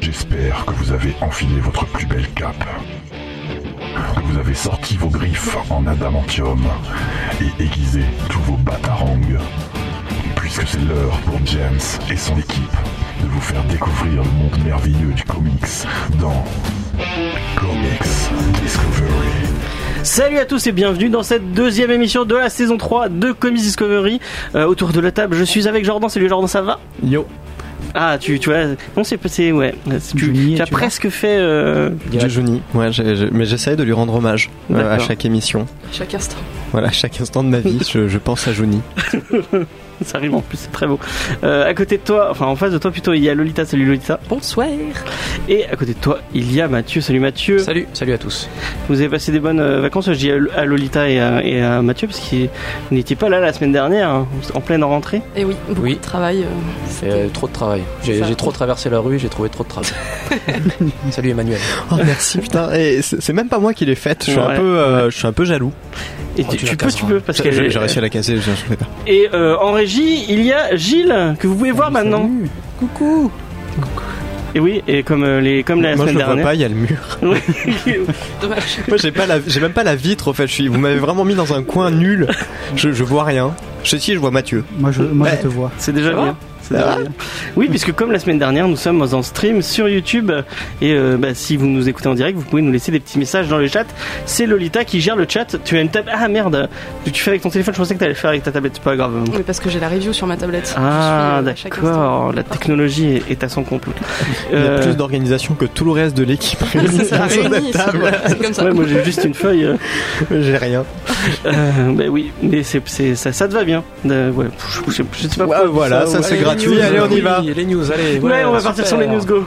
J'espère que vous avez enfilé votre plus belle cape, que vous avez sorti vos griffes en adamantium et aiguisé tous vos batarangs, puisque c'est l'heure pour James et son équipe de vous faire découvrir le monde merveilleux du comics dans Comics Discovery. Salut à tous et bienvenue dans cette deuxième émission de la saison 3 de Comics Discovery. Euh, autour de la table, je suis avec Jordan. Salut Jordan, ça va Yo. Ah, tu, tu vois, non, c'est c'est- ouais. Tu, Johnny, tu as tu presque fait. euh, De Johnny. Ouais, j'ai- j'ai- mais j'essaie de lui rendre hommage euh, à D'accord. chaque émission. Chaque instant. Voilà, à chaque instant de ma vie, je, je pense à Johnny. Ça rime en plus, c'est très beau. Euh, à côté de toi, enfin en face de toi plutôt, il y a Lolita. Salut Lolita. Bonsoir. Et à côté de toi, il y a Mathieu. Salut Mathieu. Salut, salut à tous. Vous avez passé des bonnes euh, vacances, je dis à L- à Lolita et à, et à Mathieu, parce qu'ils n'étaient pas là la semaine dernière, hein, en pleine rentrée. Et oui, beaucoup Oui. de travail. euh, C'est euh, trop de travail. J'ai Ça. j'ai trop traversé la rue, j'ai trouvé trop de travail. salut Emmanuel. Oh, merci, putain. Et c'est c'est même pas moi qui l'ai faite. Je suis Ouais. un peu, euh, je suis un peu jaloux. Et Oh, tu, tu la tu peux, tu caseras. peux, parce J'ai que j'ai réussi à la casser. Je, je l'ai pas. Et euh, en régie, il y a Gilles, que vous pouvez voir maintenant. Coucou. Et oui, et comme, euh, les, comme la moi, je semaine le vois dernière. pas. Il y a le mur. Dommage. Moi, j'ai pas la, j'ai même pas la vitre. En fait, je suis. Vous m'avez vraiment mis dans un coin nul. Je, je vois rien. Je si, je vois Mathieu. Moi, je, moi Ouais. je te vois. C'est déjà Ça va bien. C'est déjà bien. Oui, puisque comme la semaine dernière, nous sommes en stream sur YouTube. Et euh, bah, si vous nous écoutez en direct, vous pouvez nous laisser des petits messages dans le chat. C'est Lolita qui gère le chat. Tu as une table. Ah merde, tu fais avec ton téléphone. Je pensais que t'allais le faire avec ta tablette. C'est pas grave. Mais parce que j'ai la review sur ma tablette. Ah, Je suis, euh, à chaque instant. d'accord. La technologie est, est à son complot. Il y a Euh, plus d'organisation que tout le reste de l'équipe. C'est ça, Sur la réunis, c'est- table. c'est comme ça. ouais, moi j'ai juste une feuille. euh, J'ai rien. euh, bah oui, mais c'est, c'est- ça, ça te va bien. Euh, ouais, je, je- je sais pas. Ouais, pourquoi voilà, Ah, ça, ouais. c'est les gratuit. news, Allez, on y va. oui, Les news, allez. Ouais, on va partir super. sur les news go.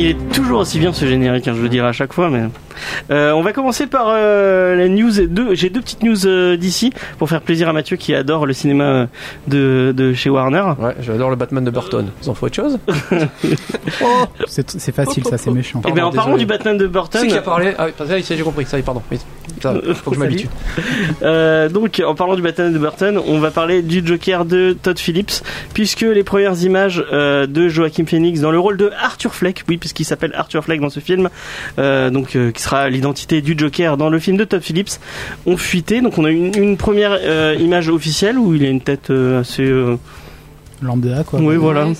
Il est toujours aussi bien ce générique, hein, je le dirai à chaque fois, mais Euh, on va commencer par euh, la news. Deux, j'ai deux petites news euh, d'ici pour faire plaisir à Mathieu qui adore le cinéma euh, de, de chez Warner. Ouais, j'adore le Batman de Burton. Vous en faut autre chose Oh, C'est c'est facile, ça, c'est méchant. Eh Pardon, bien, en parlant désolé. du Batman de Burton, C'est qui a parlé Ah, oui, ça y est, j'ai compris. Ça y est, pardon. Oui, ça, faut que je m'habitue. Euh, donc, en parlant du Batman de Burton, on va parler du Joker de Todd Phillips, puisque les premières images euh, de Joaquin Phoenix dans le rôle de Arthur Fleck, oui, puisqu'il s'appelle Arthur Fleck dans ce film, euh, donc euh, qui sera l'identité du Joker dans le film de Todd Phillips, ont fuité. Donc, on a une, une première euh, image officielle où il a une tête euh, assez. euh, Lambda, quoi. oui, voilà. Ouais,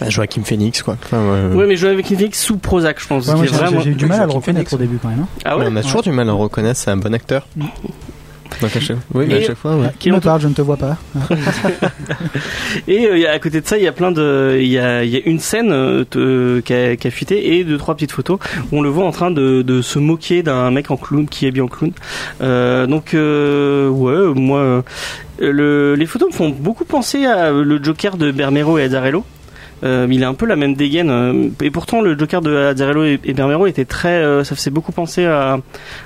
Bah, Joachim Phoenix, quoi. Enfin, euh, Ouais, mais Joaquin Phoenix sous Prozac, je pense. Ouais, moi, qui est j'ai vraiment- j'ai eu du mal à le Joaquin reconnaître au début quand même. hein. Ah ouais. on a toujours du mal à le reconnaître, c'est un bon acteur. Mm. Donc à chaque... Oui, mais Et- à chaque fois, ouais. Qui Qui est en me tout- parle, je ne te vois pas. Ah, Et euh, y a- à côté de ça, il y a plein de, il y a, il y a une scène euh, t- euh, qui a, qui a fuité et deux trois petites photos où on le voit en train de, de se moquer d'un mec en clown qui est bien en clown. Euh, donc euh, ouais, moi, euh, le, les photos me font beaucoup penser à le Joker de Bermero et Azzarello. Euh, il a un peu la même dégaine euh, et pourtant le Joker de Azzarello et, et Bermero était très, euh, ça faisait beaucoup penser à,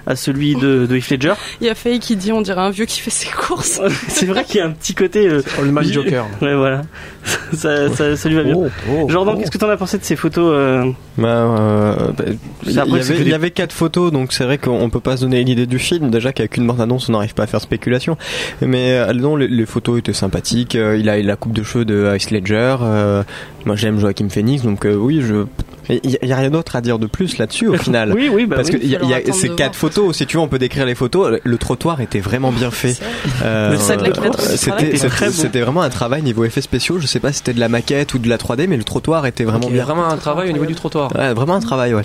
à celui de, de Heath Ledger. Il y a Faye qui dit on dirait un vieux qui fait ses courses. C'est vrai qu'il y a un petit côté, euh, Old Man Joker. ouais voilà, ça, ça, ça lui va bien. Oh, oh, Jordan, oh. qu'est-ce que t'en as pensé de ces photos euh, Bah, euh, bah, il y, après, c'est avait- que il des- y avait quatre photos, donc c'est vrai qu'on peut pas se donner une idée du film. Déjà qu'avec une bande-annonce, on n'arrive pas à faire spéculation. Mais euh, non, les, les photos étaient sympathiques. Euh, il a il a la coupe de cheveux de Ice Ledger. Euh, moi, j'aime Joachim Phoenix, donc euh, oui, je. Et Il y, a- il y a rien d'autre à dire de plus là-dessus au final. Oui, oui, bah Parce oui. que il y a, falloir il y a attendre ces de quatre photos, si tu veux, on peut décrire les photos. Le trottoir était vraiment bien fait. C'est vrai. Euh, Le set de la euh, classe, c'était était très c'était- beau. c'était vraiment un travail niveau effets spéciaux. Je sais pas si c'était de la maquette ou de la 3D, mais le trottoir était vraiment Il y a bien. vraiment un travail au niveau du trottoir. Ouais, vraiment un travail, ouais.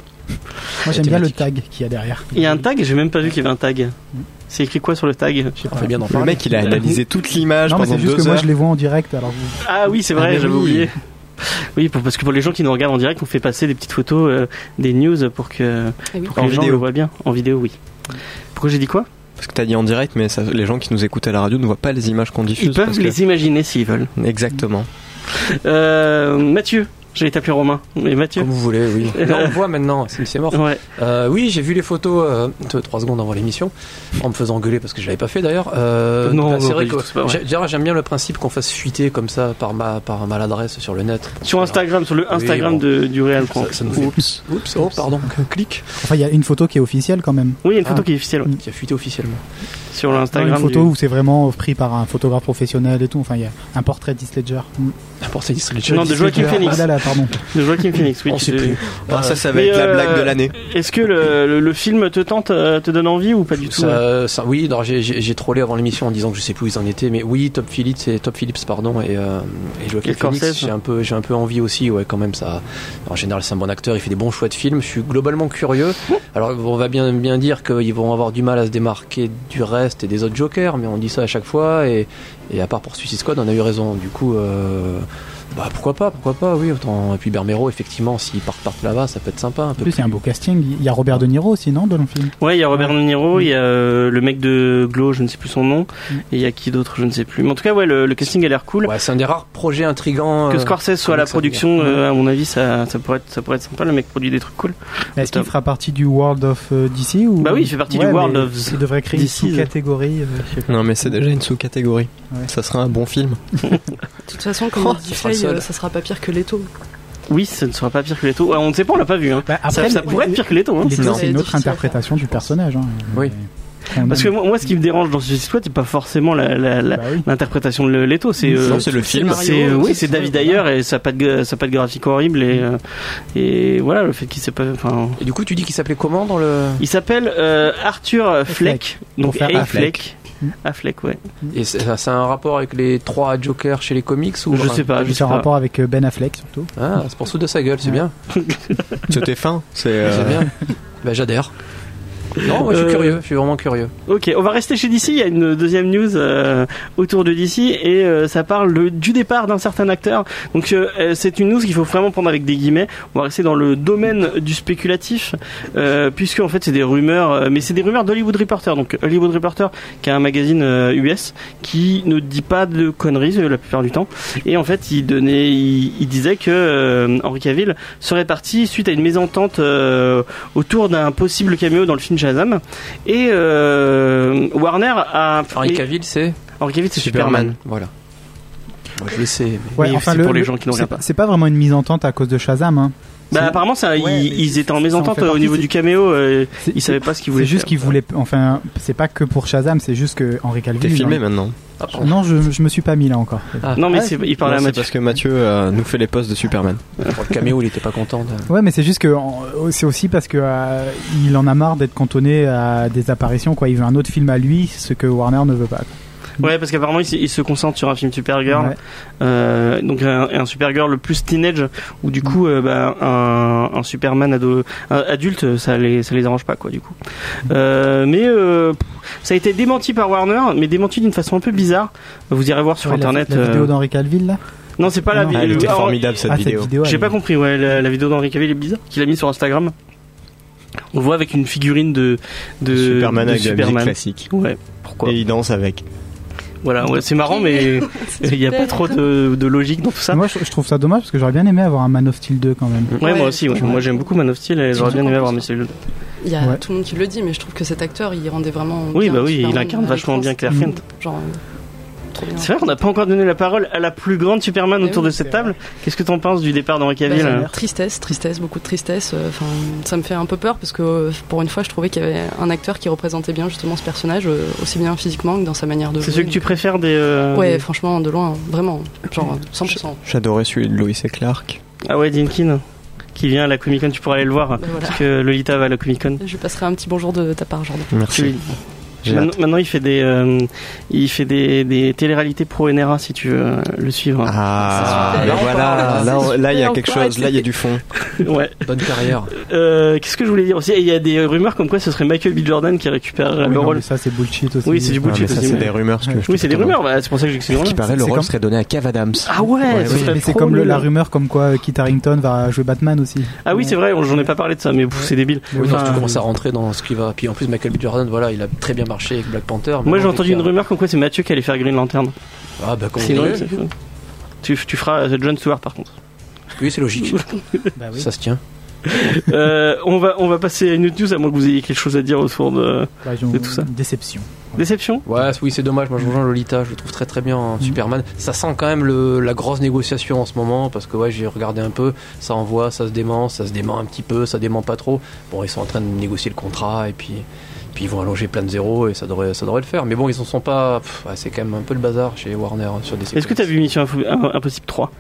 Moi, j'aime bien le tag qu'il y a derrière. Il y a un tag, j'ai même pas vu qu'il y avait un tag. C'est écrit quoi sur le tag Je sais On fait bien d'en Le parler. mec, il a analysé toute l'image Non, mais pendant c'est juste que deux moi, heures. je les vois en direct. Alors, vous- Ah oui, c'est vrai, mais j'avais oui. oublié. Oui, pour- parce que pour les gens qui nous regardent en direct, on fait passer des petites photos, euh, des news pour que, Eh oui. pour que En les gens vidéo. le voient bien. En vidéo, oui. Pourquoi j'ai dit quoi Parce que t'as dit en direct, mais ça- les gens qui nous écoutent à la radio ne voient pas les images qu'on diffuse. Ils peuvent parce que- les imaginer s'ils veulent. Exactement. Euh, Mathieu, j'allais t'appeler Romain. Mais Mathieu Comme vous voulez, oui. Là, on voit maintenant, c'est c'est mort. Ouais. Euh, oui, j'ai vu les photos euh, t- trois secondes avant l'émission, en me faisant gueuler parce que je l'avais pas fait d'ailleurs. Euh, Non, bah, non, c'est vrai pas du que tout, c'est pas vrai. j'ai- d'ailleurs, j'aime bien le principe qu'on fasse fuiter comme ça par ma par maladresse sur le net. Sur Instagram, sur le Oui, Instagram bon. de, du Real Franck. Ça, ça nous fait- Oups. Oups, oh pardon, clic Enfin, il y a une photo qui est officielle quand même. Oui, il y a une photo Ah. qui est officielle. qui a fuité officiellement. sur Non, l'Instagram. une photo du- où c'est vraiment pris par un photographe professionnel et tout. Enfin, il y a un portrait d'Heath Ledger. Mm. N'importe qui serait Non, de Disney Joaquin Junior. Phoenix. Ah là là, pardon. de Joaquin Phoenix. Oui, On tu sait te- plus. Ah, ça, ça va Mais, être la euh, blague de l'année. Est-ce que le, le- le film te tente, euh, te donne envie ou pas du tout Ça, hein euh, ça- oui, alors j'ai- j'ai j'ai trollé avant l'émission en disant que je sais plus où ils en étaient, mais oui, Top Phillips et Top Phillips pardon et, euh, et Joaquin Et Scorsese. Phoenix, j'ai un peu j'ai un peu envie aussi, ouais quand même ça. En général, c'est un bon acteur, il fait des bons choix de films. Je suis globalement curieux. Alors on va bien bien dire qu'ils vont avoir du mal à se démarquer du reste et des autres Jokers, mais on dit ça à chaque fois et, et à part pour Suicide Squad, on a eu raison. Du coup. euh, bah pourquoi pas, pourquoi pas, oui. Autant... Et puis Bermero, effectivement, s'ils partent, partent là-bas, ça peut être sympa. Un En peu plus, il y a un beau casting. Il y a Robert De Niro aussi, non, dans le film Ouais, il y a Robert De Niro, Mm. il y a euh, le mec de Glow, je ne sais plus son nom, Mm. et il y a qui d'autre, je ne sais plus. Mais en tout cas, ouais, le, le casting a l'air cool. Ouais, c'est un des rares projets intrigants. Que euh, Scorsese soit à la comment ça veut dire. production, euh, à mon avis, ça, ça, pourrait être, ça pourrait être sympa. Le mec produit des trucs cool. Est-ce qu'il Top. fera partie du World of euh, DC ou Bah oui, il fait partie du Ouais, World mais of Il devrait créer DC, une sous-catégorie. euh, je sais pas. Non, mais c'est déjà une sous-catégorie. Ouais. Ça sera un bon film. De toute façon, Oh, comme on dit ça sera le Faye, seul. euh, ça sera pas pire que Leto. Oui, ça ne sera pas pire que Leto. Ouais, on ne sait pas, on l'a pas vu. Hein. Bah, Ça- après, ça, pourrait être pire que Leto. Hein, Leto, sinon. c'est C'est une difficile autre à faire. interprétation du personnage. hein. Oui. Mais- Parce que moi, moi, ce qui me dérange dans Suicide Squad, c'est pas forcément la- la- la, Bah oui. l'interprétation de Leto. C'est euh, non, c'est le film. Mario, c'est euh, euh, oui, c'est c'est ça, David voilà. d'ailleurs et ça a pas de gra- ça a pas de graphique horrible et euh, et voilà le fait qu'il s'est pas enfin Et du coup, tu dis qu'il s'appelait comment dans le. il s'appelle euh, Arthur Fleck, donc faire Affleck. Mm. Affleck, ouais. Et c'est ça- ça a un rapport avec les trois Jokers chez les comics ou je sais pas, bah, je C'est sais en pas. rapport avec euh, Ben Affleck surtout. Ah, c'est pour se foutre de sa gueule, c'est Ouais. bien. C'était fin. C'est C'est euh, bien. Bah, j'adhère. Non, moi, je suis Euh, curieux, je suis vraiment curieux. Ok, on va rester chez DC. Il y a une deuxième news euh, autour de DC et euh, ça parle le- du départ d'un certain acteur. Donc euh, euh, c'est une news qu'il faut vraiment prendre avec des guillemets. On va rester dans le domaine du spéculatif euh, puisque en fait c'est des rumeurs, euh, mais c'est des rumeurs d'Hollywood Reporter. Donc Hollywood Reporter, qui est un magazine euh, US qui ne dit pas de conneries euh, la plupart du temps. Et en fait, il donnait, il, il disait que euh, Henry Cavill serait parti suite à une mésentente euh, autour d'un possible caméo dans le film Shazam. Et euh, Warner a. Henri mais- Cavill, c'est Henry Cavill, c'est Superman. Voilà. Moi, je le sais. mais- Mais c'est pour les gens qui n'ont c'est- rien pas. C'est pas vraiment une mise en tente à cause de Shazam. Hein. Bah, C'est- apparemment, ça, Ouais, ils, mais ils étaient en ça en mésentente fait euh, au partie, niveau c'est- du caméo. euh, c'est- ils savaient pas ce qu'ils C'est voulaient. juste faire. qu'ils voulaient. Enfin, c'est pas que pour Shazam, c'est juste que Henri Cavill. T'es filmé hein. maintenant. Ah, pardon. Non, je, je me suis pas mis là encore. Non, mais Ah, c'est- c'est- il parlait Non, à c'est Mathieu. parce que Mathieu euh, nous fait les postes de Superman. Pour le caméo, il était pas content. de- Ouais, mais c'est juste que en- oh, c'est aussi parce que euh, il en a marre d'être cantonné à des apparitions. Quoi, il veut un autre film à lui, ce que Warner ne veut pas. Ouais, parce qu'apparemment, ils, se- ils se concentrent sur un film Supergirl. Ouais. Euh, donc un, un Supergirl le plus teenage où du coup euh, bah, un, un Superman ado- un adulte ça les ça les arrange pas quoi du coup Euh, mais euh, pff, ça a été démenti par Warner mais démenti d'une façon un peu bizarre vous irez voir sur Ouais, la- internet La, vidéo euh, d'Henri Cavill là. non c'est pas la Non, vidéo Ah, elle était Ah, ouais, formidable cette Ah, vidéo. Cette vidéo j'ai elle- pas compris ouais la, la vidéo d'Henri Cavill est bizarre qu'il a mis sur Instagram on le voit avec une figurine de de Superman de avec de la musique Superman. classique. ouais pourquoi Et il danse avec. voilà ouais, c'est marrant mais il n'y a pas trop de, de logique dans tout ça Moi, je, je trouve ça dommage parce que j'aurais bien aimé avoir un Man of Steel 2 quand même. Ouais, Ouais, moi aussi, ouais. ouais. moi j'aime beaucoup Man of Steel et j'aurais bien aimé avoir Monsieur Lelouch. Il y a Ouais. tout le monde qui le dit, mais je trouve que cet acteur, il rendait vraiment. Oui, bien bah oui, il Superman incarne à vachement bien l'écran. Claire Mhm. Kent. Genre, euh, trop bien. C'est vrai qu'on n'a pas encore donné la parole à la plus grande Superman Mais autour Bah oui, de cette c'est table. Qu'est-ce que t'en penses du départ d'Henri Bah, Cavill ça a euh l'air tristesse, tristesse, beaucoup de tristesse. euh, Enfin, ça me fait un peu peur parce que euh, pour une fois, je trouvais qu'il y avait un acteur qui représentait bien justement ce personnage, euh, aussi bien physiquement que dans sa manière de C'est jouer. celui que tu préfères des. euh, Ouais, des- franchement, de loin, vraiment, genre 100%. J'adorais celui de Lois et Clark. Ah ouais, Dinkin, qui vient à la Comic Con, tu pourras aller le voir. Bah, voilà. Parce que Lolita va à la Comic Con. Je passerai un petit bonjour de ta part, Jordan. Merci. J'ai Maintenant, maintenant, il fait des, euh, il fait des, des téléréalités pro NRA si tu veux euh, le suivre. Ah, C'est ben super. voilà, C'est là on- là, il y a super, quelque on pourrait chose, là il y a du fond. Ouais. Bonne carrière. Euh, Qu'est-ce que je voulais dire aussi Et Il y a des euh, rumeurs comme quoi ce serait Michael B. Jordan qui récupère Oui, le non, mais rôle. ça, c'est bullshit aussi. Ah, Oui, c'est du Ah, mais bullshit ça aussi. c'est mais- des rumeurs. hein. ce que je Oui, c'est des rumeurs. bah, C'est pour ça que j'ai que c'est Qui drôle. paraît, C'est- le c'est rôle comme- serait donné à Cav Adams. Ah ouais, Ouais, ce oui. serait Eh Mais c'est trop comme le- nul. la rumeur comme quoi euh, Kit Harington va jouer Batman aussi. Ah oui, c'est vrai, on- j'en ai pas parlé de ça, mais pff, c'est débile. Oui, non, Enfin, tu commences à rentrer dans ce qui va. Puis en plus, Michael B. Jordan, voilà, il a très bien marché avec Black Panther. Moi Maintenant, j'ai entendu dès une qu'il y rumeur comme quoi c'est Mathieu qui allait faire Green Lantern. a- Ah, bah, comment C'est on une dit. rumeur, c'est- Tu, tu feras euh, John Stewart par contre. Oui, c'est logique. Ah Bah oui. Ça se tient. Euh, on, va, on va passer à une autre news à moins que vous ayez quelque chose à dire autour de. Bah, j'ai- C'est tout ça. Déception. Déception Ouais, oui, c'est dommage. Moi, je rejoins Lolita. Je le trouve très très bien en Superman. Ça sent quand même le, la grosse négociation en ce moment parce que ouais, j'ai regardé un peu. Ça envoie, ça se dément, ça se dément un petit peu, ça dément pas trop. Bon, ils sont en train de négocier le contrat et puis Puis ils vont allonger plein de zéros et ça devrait, ça devrait le faire. Mais bon, ils en sont pas. pff, ouais, c'est quand même un peu le bazar chez Warner hein, sur des Est-ce que t'as vu Mission Info- Impossible 3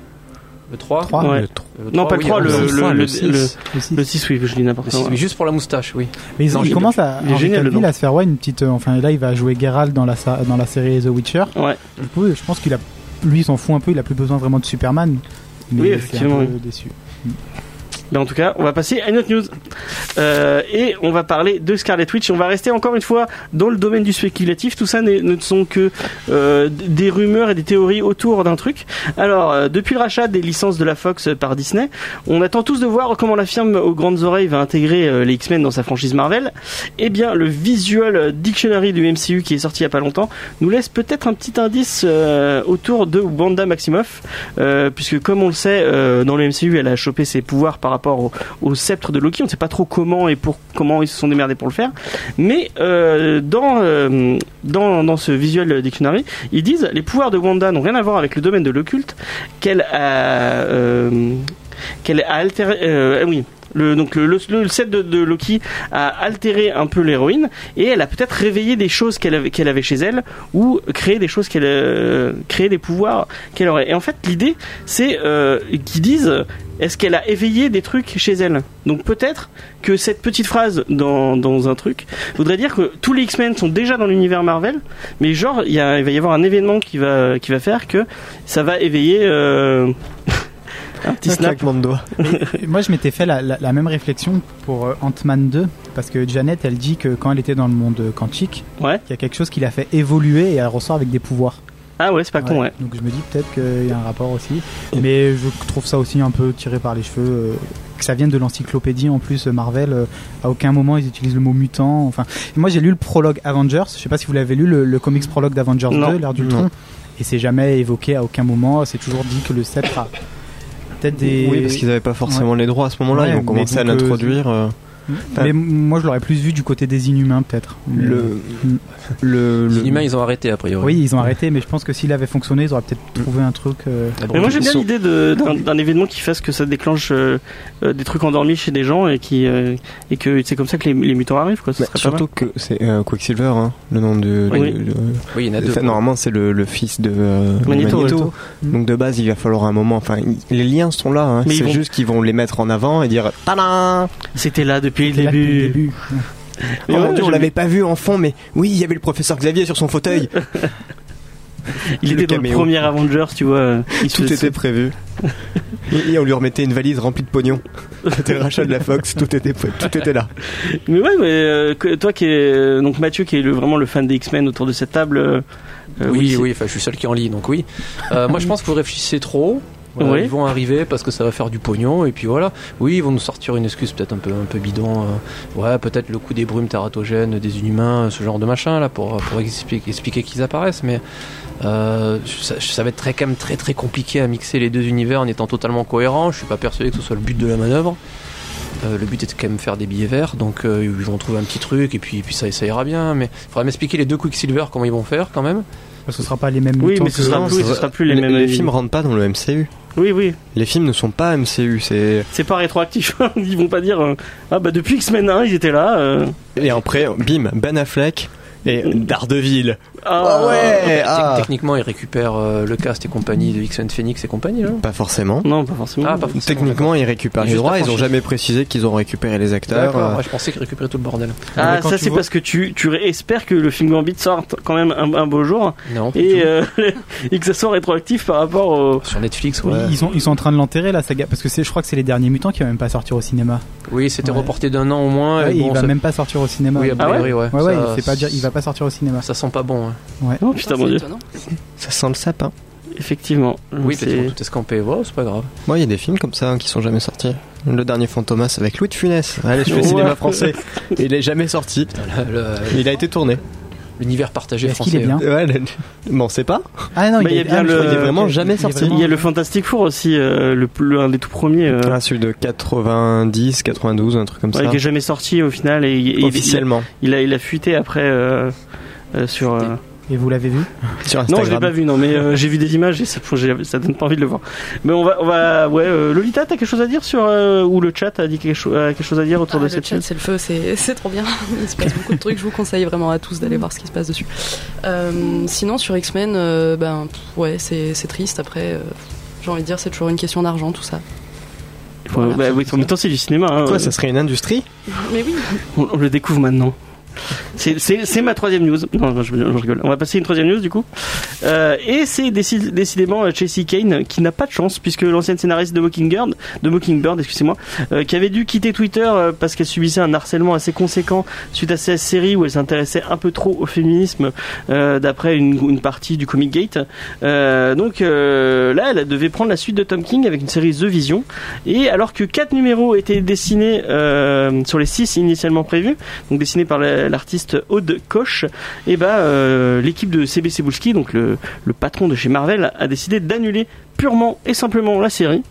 Le 3, Trois. Ouais. Le tr- Le Non, pas le oui, 3, il y a le, un- le, le, six. le- Aussi. le 6, oui, je dis n'importe C'est quoi. juste pour la moustache, oui. Mais ils, Non, ils j'ai commencent à, Il est Henry génial, le Cavill, nom. à se faire ouais, une petite. euh, enfin, là, il va jouer Geralt dans la, sa- dans la série The Witcher. Ouais. Du coup, je pense qu'il a, lui, il s'en fout un peu. Il a plus besoin vraiment de Superman. Mais Oui, c'est un effectivement, peu déçu. Mais en tout cas, on va passer à une autre news. Euh, et on va parler de Scarlet Witch. On va rester encore une fois dans le domaine du spéculatif. Tout ça n'est- ne sont que euh, d- des rumeurs et des théories autour d'un truc. Alors, euh, depuis le rachat des licences de la Fox par Disney, on attend tous de voir comment la firme aux grandes oreilles va intégrer euh, les X-Men dans sa franchise Marvel. Eh bien, le Visual Dictionary du MCU qui est sorti il y a pas longtemps nous laisse peut-être un petit indice euh, autour de Wanda Maximoff. Euh, puisque comme on le sait, euh, dans le MCU, elle a chopé ses pouvoirs par rapport au, au sceptre de Loki. On ne sait pas trop comment et pour comment ils se sont démerdés pour le faire. Mais euh, dans, euh, dans dans ce visual dictionary, ils disent les pouvoirs de Wanda n'ont rien à voir avec le domaine de l'occulte qu'elle a euh, qu'elle a altéré. euh, ah oui. Le, donc le, le, le sceptre de, de Loki a altéré un peu l'héroïne et elle a peut-être réveillé des choses qu'elle avait, qu'elle avait chez elle ou créé des choses qu'elle euh, créé des pouvoirs qu'elle aurait. Et en fait l'idée c'est euh, qu'ils disent est-ce qu'elle a éveillé des trucs chez elle Donc peut-être que cette petite phrase dans, dans un truc voudrait dire que tous les X-Men sont déjà dans l'univers Marvel, mais genre il, y a- il va y avoir un événement qui va, qui va faire que ça va éveiller euh, un petit Un snap. claquement de doigts. Et Moi, je m'étais fait la, la- la même réflexion pour euh, Ant-Man 2, parce que Janet, elle dit que quand elle était dans le monde euh, quantique, Ouais. il y a quelque chose qui l'a fait évoluer et elle ressort avec des pouvoirs. Ah ouais, c'est pas con, ouais. Donc je me dis peut-être qu'il y a un rapport aussi, mais je trouve ça aussi un peu tiré par les cheveux, euh, que ça vienne de l'encyclopédie en plus euh, Marvel. euh, à aucun moment ils utilisent le mot mutant. Enfin, moi j'ai lu le prologue Avengers. Je sais pas si vous l'avez lu le, le comics prologue d'Avengers Non. 2, l'ère du tronc. Et c'est jamais évoqué à aucun moment. C'est toujours dit que le sceptre a peut-être des. Oui, parce qu'ils n'avaient pas forcément les droits à ce moment-là. Ouais, ils ont mais commencé à donc, euh, l'introduire. euh, Mais m- moi je l'aurais plus vu du côté des Inhumains peut-être. le, Mm. le, Les le- humains, ils ont arrêté, a priori. Oui, ils ont arrêté, mais je pense que s'il avait fonctionné, ils auraient peut-être trouvé un truc. euh, Ah bon, Mais moi ils j'aime bien sont- l'idée de- d'un d'un événement qui fasse que ça déclenche euh, euh, des trucs endormis chez des gens et qui euh, et que c'est comme ça que les, les mutants arrivent quoi. Ce Bah, serait pas surtout que c'est euh, Quicksilver, hein, le nom de. Oui. de- de- Oui, il y en a Enfin, deux. normalement, c'est le, le fils de euh, Magneto, Magneto. Magneto. Mm. Donc de base, il va falloir un moment. Enfin, il- les liens sont là. hein, Mais ils c'est vont- juste qu'ils vont les mettre en avant et dire Tada mal. C'était là depuis le là depuis le début. début. Mais Oh ouais, mon Dieu, on j'aime l'avait pas vu en fond, mais oui, il y avait le professeur Xavier sur son fauteuil. Il Le était dans le caméo. premier Avengers, tu vois. euh, il se- Tout était prévu. Et et on lui remettait une valise remplie de pognon. C'était le rachat de la Fox, tout était, prêt, tout était là. Mais ouais, mais euh, que- toi qui est euh, donc Mathieu qui est le, vraiment le fan des X-Men autour de cette table. euh, euh, oui, c'est- oui, enfin, je suis seul qui en lit, donc oui. Euh, moi, je pense que vous réfléchissez trop. Voilà, Oui. Ils vont arriver parce que ça va faire du pognon, et puis voilà. Oui, ils vont nous sortir une excuse peut-être un peu, un peu bidon. euh, ouais, peut-être le coup des brumes tératogènes, des inhumains, ce genre de machin, là, pour, pour expliquer, expliquer qu'ils apparaissent, mais euh, ça, ça va être très, quand même très, très compliqué à mixer les deux univers en étant totalement cohérents. Je suis pas persuadé que ce soit le but de la manœuvre. Euh, le but est de quand même faire des billets verts, donc euh, ils vont trouver un petit truc et puis, puis ça, ça ira bien. Mais il faudra m'expliquer les deux Quicksilver comment ils vont faire quand même. Ce sera pas les mêmes Oui, mutants mais ce que- sera Non, plus- ce ça- sera plus les mêmes avis. films rentrent pas dans le MCU. oui, oui. Les films ne sont pas MCU. C'est C'est pas rétroactif. ils vont pas dire euh, ah bah depuis X-Men 1 ils étaient là. euh, et après, bim, Ben Affleck et Daredevil. ah, ouais. Tec- ah. Euh, Techniquement, ils récupèrent euh, le cast et compagnie de X-Men Phoenix et compagnie. Là. Pas forcément. Non, pas forcément. Ah, pas forcément. Techniquement, ils récupèrent Et les juste droits. la Ils ont franchise. jamais précisé qu'ils ont récupéré les acteurs. D'accord, euh, ouais, je pensais qu'ils récupéraient tout le bordel. Ah, Mais quand ça tu c'est vois- parce que tu, tu espères que le film Gambit sorte quand même un, un beau jour Non. et, euh, et que ça soit rétroactif par rapport au. euh, Sur Netflix, ouais. Ils, sont, ils sont en train de l'enterrer la saga parce que c'est- je crois que c'est les derniers mutants qui va même pas sortir au cinéma. Oui, c'était Ouais. reporté d'un an au moins. Ouais, et bon, il va ça... même pas sortir au cinéma. Oui, a Ah ouais priori, ouais. ouais, ouais, Ça- c'est pas dire, il va pas sortir au cinéma. Ça sent pas bon. hein. Oh putain C'est mon dieu. étonnant. Ça sent le sapin. Effectivement. Mm, Oui, C'est- peut-être qu'ils vont tout escamper. Wow, c'est pas grave. Moi, il y a des films comme ça hein, qui sont jamais sortis. Le dernier Fantomas avec Louis de Funès. Allez, je fais Ouais. cinéma français. Il est jamais sorti. Le- Mais Il a été tourné. L'univers partagé Est-ce français. qu'il est bien Ouais, le- bon, c'est pas. Ah non, Bah, il y a bien ah, mais je le- crois qu'il il est vraiment ok, jamais il est sorti. vraiment- Il y a le Fantastic Four aussi, euh, le, le- un des tout premiers. euh, Ah, celui de 90, 92, un truc comme ouais, ça. qui est jamais sorti au final et, et- Officiellement. Il a, il a fuité après euh, euh, sur. euh, Et vous l'avez vu Sur Non, Instagram. je l'ai pas vu, non, mais euh, j'ai vu des images et ça, j'ai- ça donne pas envie de le voir. Mais on va, on va, ouais, euh, Lolita, t'as quelque chose à dire sur euh, ou le chat a dit quelque, chose quelque chose à dire autour Ah, de le cette chat, chaîne c'est le feu, c'est c'est trop bien. Il se passe beaucoup de trucs. Je vous conseille vraiment à tous d'aller voir ce qui se passe dessus. Euh, sinon, sur X-Men, euh, ben pff, ouais, c'est c'est triste. Après, euh, j'ai envie de dire, c'est toujours une question d'argent, tout ça. Ouais, bah oui, en même temps, c'est du cinéma. hein. euh, Quoi, ça serait une industrie Mais oui, on, on le découvre maintenant. C'est- C'est c'est ma troisième news. Non, non, je, je rigole. On va passer à une troisième news du coup. Euh, et c'est déci- décidément euh, Chelsea Kane qui n'a pas de chance puisque l'ancienne scénariste de Mockingbird, de Mockingbird, excusez-moi, euh, qui avait dû quitter Twitter euh, parce qu'elle subissait un harcèlement assez conséquent suite à sa série où elle s'intéressait un peu trop au féminisme euh, d'après une, une partie du Comic Gate. Euh, donc euh, là, elle devait prendre la suite de Tom King avec une série The Vision. Et alors que quatre numéros étaient dessinés euh, sur les six initialement prévus, donc dessinés par la- l'artiste Aude Koch, et bah, euh, l'équipe de CBC Bulski, donc le, le patron de chez Marvel, a décidé d'annuler purement et simplement la série.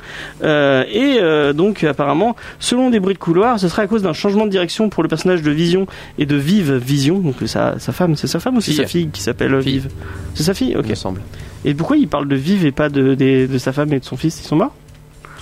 Euh, et euh, donc apparemment, selon des bruits de couloir, ce serait à cause d'un changement de direction pour le personnage de Vision et de Vive Vision, donc sa, sa femme, c'est sa femme ou c'est Fille. sa fille qui s'appelle euh, Fille. Vive C'est sa fille Ok. il me semble. Et pourquoi il parle de Vive et pas de, des- de sa femme et de son fils Ils sont morts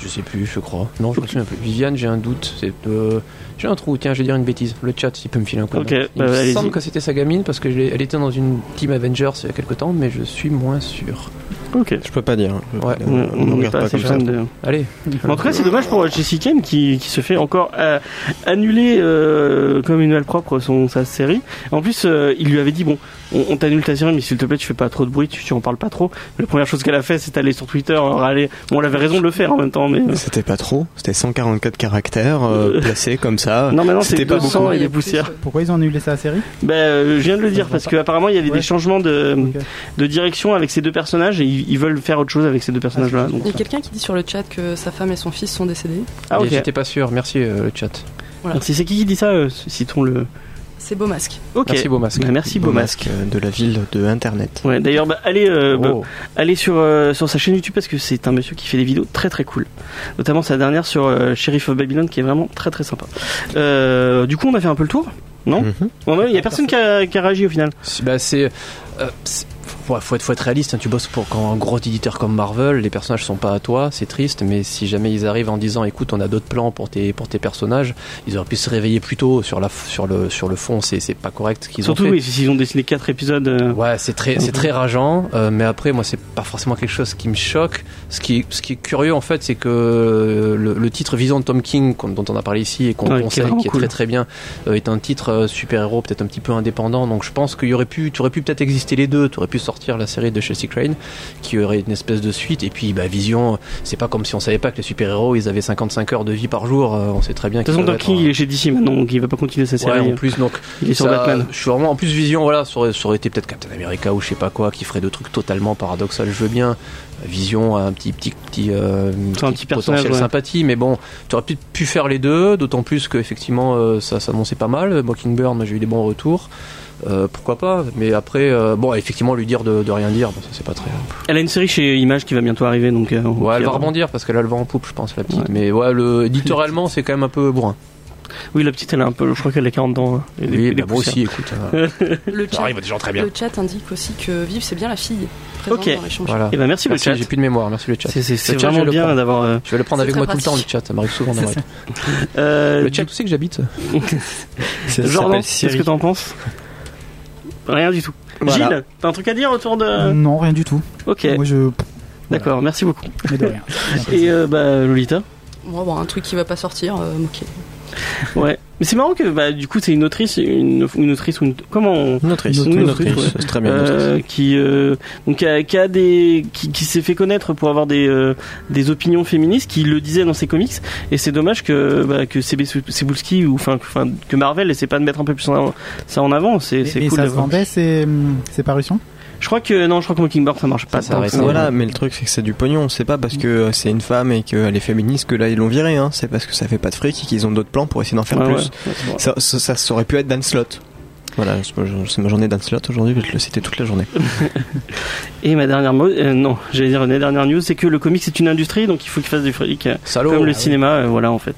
Je sais plus, je crois. Non, je me souviens plus. Viviane, j'ai un doute. C'est, euh, j'ai un trou. Tiens, je vais dire une bêtise. Le chat, il peut me filer un coup. de Ok, main. il bah, me allez-y. semble que c'était sa gamine parce que je l'ai- elle était dans une team Avengers il y a quelque temps, mais je suis moins sûr. Ok. Je peux pas dire. Ouais. Mm, On ne n'est regarde pas assez comme ça. fan de- Allez. En tout cas, c'est dommage pour Jessica Kane qui, qui se fait encore euh, annuler euh, comme une malpropre son, sa série. En plus, euh, il lui avait dit Bon, on, on t'annule ta série, mais s'il te plaît, tu fais pas trop de bruit, tu, tu en parles pas trop. La première chose qu'elle a fait, c'est aller sur Twitter, euh, râler. Bon, elle avait raison de le faire en même temps, mais. euh, C'était pas trop. C'était 144 caractères euh, Euh. placés comme ça. non, mais non, c'est Ah, C'était pas 200 beaucoup. et Il y des a plus, poussières. euh, Pourquoi ils ont annulé ça la série Ben, euh, je viens de le dire parce que apparemment il y avait Ouais. des changements de, Ok. de direction avec ces deux personnages et ils, ils veulent faire autre chose avec ces deux Ah, personnages-là. donc. Il y a quelqu'un qui dit sur le chat que sa femme et son fils sont décédés. Ah Et ok. J'étais pas sûr. Merci euh, le chat. Merci. C'est qui qui dit ça euh, Citons le. C'est beau masque. Ok. Merci beau masque. Bah, merci beau masque. euh, de la ville de Internet. Ouais, d'ailleurs, bah, allez, euh, bah, Oh. allez sur, euh, sur sa chaîne YouTube parce que c'est un monsieur qui fait des vidéos très très cool. Notamment sa dernière sur euh, Sheriff of Babylon qui est vraiment très très sympa. Euh, du coup, on a fait un peu le tour Non Mhm. Bon, bah, Il y a personne qui a, qui a réagi au final. C'est- bah, c'est, euh, c'est- faut, faut être, faut être réaliste. hein. Tu bosses pour quand un gros éditeur comme Marvel, les personnages sont pas à toi, c'est triste. Mais si jamais ils arrivent en disant, écoute, on a d'autres plans pour tes, pour tes personnages, ils auraient pu se réveiller plus tôt sur la, f- sur le, sur le fond. C'est, c'est pas correct ce qu'ils ont Surtout, fait. oui, s'ils ont dessiné 4 épisodes. euh, Ouais, c'est très, c'est très rageant, euh, mais après, moi, c'est pas forcément quelque chose qui me choque. Ce qui, ce qui est curieux, en fait, c'est que euh, le, le titre Vision de Tom King, qu'on- dont on a parlé ici et qu'on Ouais, qui est conseille, vraiment qui est cool. très très bien, euh, est un titre euh, super-héros, peut-être un petit peu indépendant. Donc, je pense qu'il y aurait pu, tu aurais pu peut-être exister les deux. Tu aurais pu sortir la série de Chelsea Crane, qui aurait une espèce de suite. Et puis, bah, Vision, c'est pas comme si on savait pas que les super-héros, ils avaient 55 heures de vie par jour. Euh, on sait très bien De toute façon, qu'ils doivent Tom King, être hein. il est chez DC maintenant, donc il va pas continuer sa en- Ouais, série. en plus, donc, il est sur ça, Batman. Je suis vraiment en plus Vision, voilà, ça aurait, ça aurait été peut-être Captain America ou je sais pas quoi, qui ferait de trucs totalement paradoxal. Je veux bien Vision a un petit petit petit, euh, C'est un petit personnage, potentiel ouais. sympathie, mais bon, tu aurais pu, pu faire les deux, d'autant plus que effectivement euh, ça s'annonçait pas mal. Mockingbird, moi, j'ai eu des bons retours. Euh, pourquoi pas Mais après, euh, bon, effectivement, lui dire de, de rien dire, bon, ça c'est pas très. Elle a une série chez Image qui va bientôt arriver, donc. euh, on- Ouais, elle qui va a- rebondir parce qu'elle a le vent en poupe, je pense, la petite. Ouais. Mais ouais, le, éditorialement, c'est quand même un peu bourrin. Oui, la petite, elle a un peu. Je crois qu'elle a 40 ans. hein, et des- Oui, des bah, moi poussières. aussi, écoute. hein. Le ça chat, arrive à des gens très bien. le chat indique aussi que Vive, c'est bien la fille présente Ok. dans l'échange. Voilà. Eh ben, merci, Merci, le j'ai chat. plus de mémoire. Merci le chat. C'est- C'est c'est Le chat, je vraiment le prends. bien d'avoir. euh, Je vais le prendre C'est avec très moi tout le temps, pratique. le chat. Ça m'arrive souvent dans la vie. euh, Le chat, tu sais que j'habite Ça Jordan, s'appelle Siri. qu'est-ce que t'en penses Rien du tout. Voilà. Gilles, t'as un truc à dire autour de. Non, rien du tout. Ok, Moi, je. d'accord, merci beaucoup. Mais de rien. Et euh, bah, Lolita Bon, bon, un truc qui va pas sortir, euh, ok. Ouais. Mais c'est marrant que bah, du coup, c'est une autrice, une, une autrice ou une. Comment on. Une autrice. Une Une autrice, autrice. ouais. C'est très bien. une autrice. Euh, qui euh, donc euh, qui a des qui, qui s'est fait connaître pour avoir des euh, des opinions féministes qui le disait dans ses comics et c'est dommage que bah, que CB Cebulski ou enfin que, enfin, que Marvel essaie pas de mettre un peu plus en avant- ça en avant c'est Mais, c'est mais cool ça se d'avoir- vendait, hum, ces, ces parutions je crois que non je crois que Mockingbird ça marche pas tant Ça que s'arrête, ça. hein. Voilà, mais le truc c'est que c'est du pognon. C'est pas parce que euh, c'est une femme et qu'elle est féministe que là ils l'ont virée. Hein. C'est parce que ça fait pas de fric et qu'ils ont d'autres plans pour essayer d'en faire Ouais, plus. ouais. Ça, ça, ça aurait pu être Dan Slott. Voilà, c'est ma- c'est ma journée d'un slot aujourd'hui, je vais te le citer toute la journée. Et ma dernière mo- euh, non, j'allais dire une dernière news, c'est que le comics c'est une industrie, donc il faut qu'il fasse du fric. euh, Salaud. Comme le Ah, cinéma, euh, voilà en fait.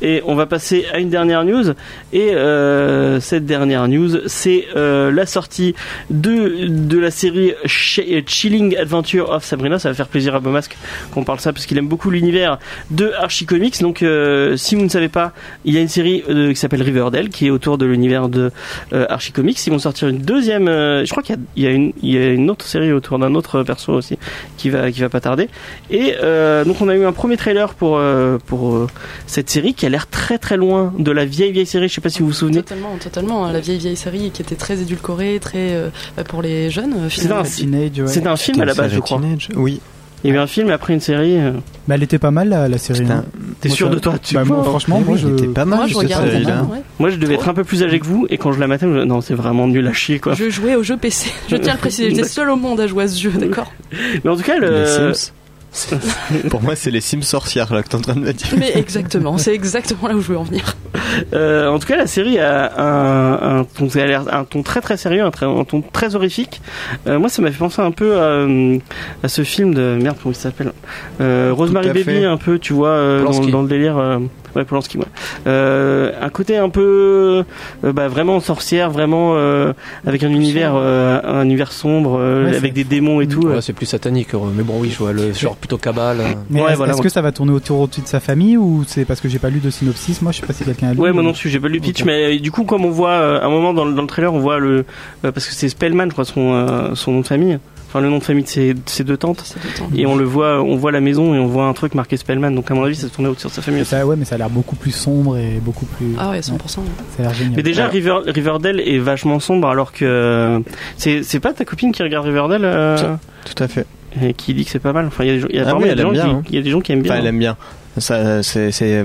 Et on va passer à une dernière news. Et euh, cette dernière news, c'est euh, la sortie de, de la série Ch- euh, Chilling Adventure of Sabrina. Ça va faire plaisir à Beaumasque qu'on parle ça parce qu'il aime beaucoup l'univers de Archie Comics. Donc euh, si vous ne savez pas, il y a une série euh, qui s'appelle Riverdale qui est autour de l'univers de euh, Archie Comics. Ils vont sortir une deuxième. euh, je crois qu'il y a- il y, a une- il y a une autre série autour d'un autre perso aussi qui va qui va pas tarder. Et euh, donc on a eu un premier trailer pour euh, pour euh, cette série qui a l'air très très loin de la vieille vieille série. Je sais pas si vous vous souvenez. Totalement, totalement. hein, La vieille vieille série qui était très édulcorée, très euh, bah, pour les jeunes. euh, C'est un, finalement. Teenage, ouais. c'était un film à la base, je crois. Oui. Il y a eu un film après une série. euh. Mais elle était pas mal la, la série. C'était hein. T'es Moi, sûr ça- de toi tu- Bah, moi, Oh. franchement, moi je. était pas mal Moi, je cette regardais. série-là. vraiment, ouais. Moi, je devais être un peu plus âgé que vous, et quand je la matais, je- non, c'est vraiment nul à chier, quoi. Je jouais au jeu PC. Je tiens à le préciser, j'étais seul au monde à jouer à ce jeu, d'accord Mais en tout cas, le... Les Sims. Pour moi, c'est les Sims sorcières là que t'es en train de me dire. Mais exactement, c'est exactement là où je voulais en venir. Euh, en tout cas, la série a un, un ton, elle a l'air- un ton très très sérieux, un, très- un ton très horrifique. Euh, moi, ça m'a fait penser un peu à, hum, à ce film de merde, comment il s'appelle euh, Rosemary à Baby, fait. un peu, tu vois, euh, dans, Polanski. dans le délire. euh, ouais, Polanski, ouais. Euh, un côté un peu, euh, bah, vraiment sorcière, vraiment euh, avec un univers, euh, un univers sombre, euh, Ouais, c'est- avec des démons et tout. Ouais, c'est plus satanique, ouais. mais bon, oui, je vois le genre plutôt cabale. euh. Mais Ouais, est-ce voilà, est-ce moi- que ça va tourner autour au-dessus de sa famille ou c'est parce que j'ai pas lu de synopsis Moi, je sais pas si quelqu'un a lu. Ouais, mais- moi Mmh. non plus, j'ai pas lu le pitch, Ok. mais euh, du coup, comme on voit, euh, à un moment dans, le- dans le trailer, on voit le. euh, parce que c'est Spellman, je crois, son, euh, son nom de famille. Enfin, le nom de famille de ses, de ses deux tantes. C'est le temps. Et on le voit, on voit la maison et on voit un truc marqué Spellman. Donc, à mon avis, ça se tournait autour de sa famille Mais aussi. ça, ouais, mais ça a l'air beaucoup plus sombre et beaucoup plus. Ah ouais, 100%. ouais. Ça a l'air génial. Mais déjà, River, Riverdale est vachement sombre, alors que. euh, c'est c'est pas ta copine qui regarde Riverdale euh, Tout à fait. et qui dit que c'est pas mal. Enfin, il y a des gens- il y a Ah apparemment, oui, il y a des elle gens aime bien, qui- il y a des gens qui aiment Enfin, bien. elle aime bien. Ça, c'est, c'est, euh,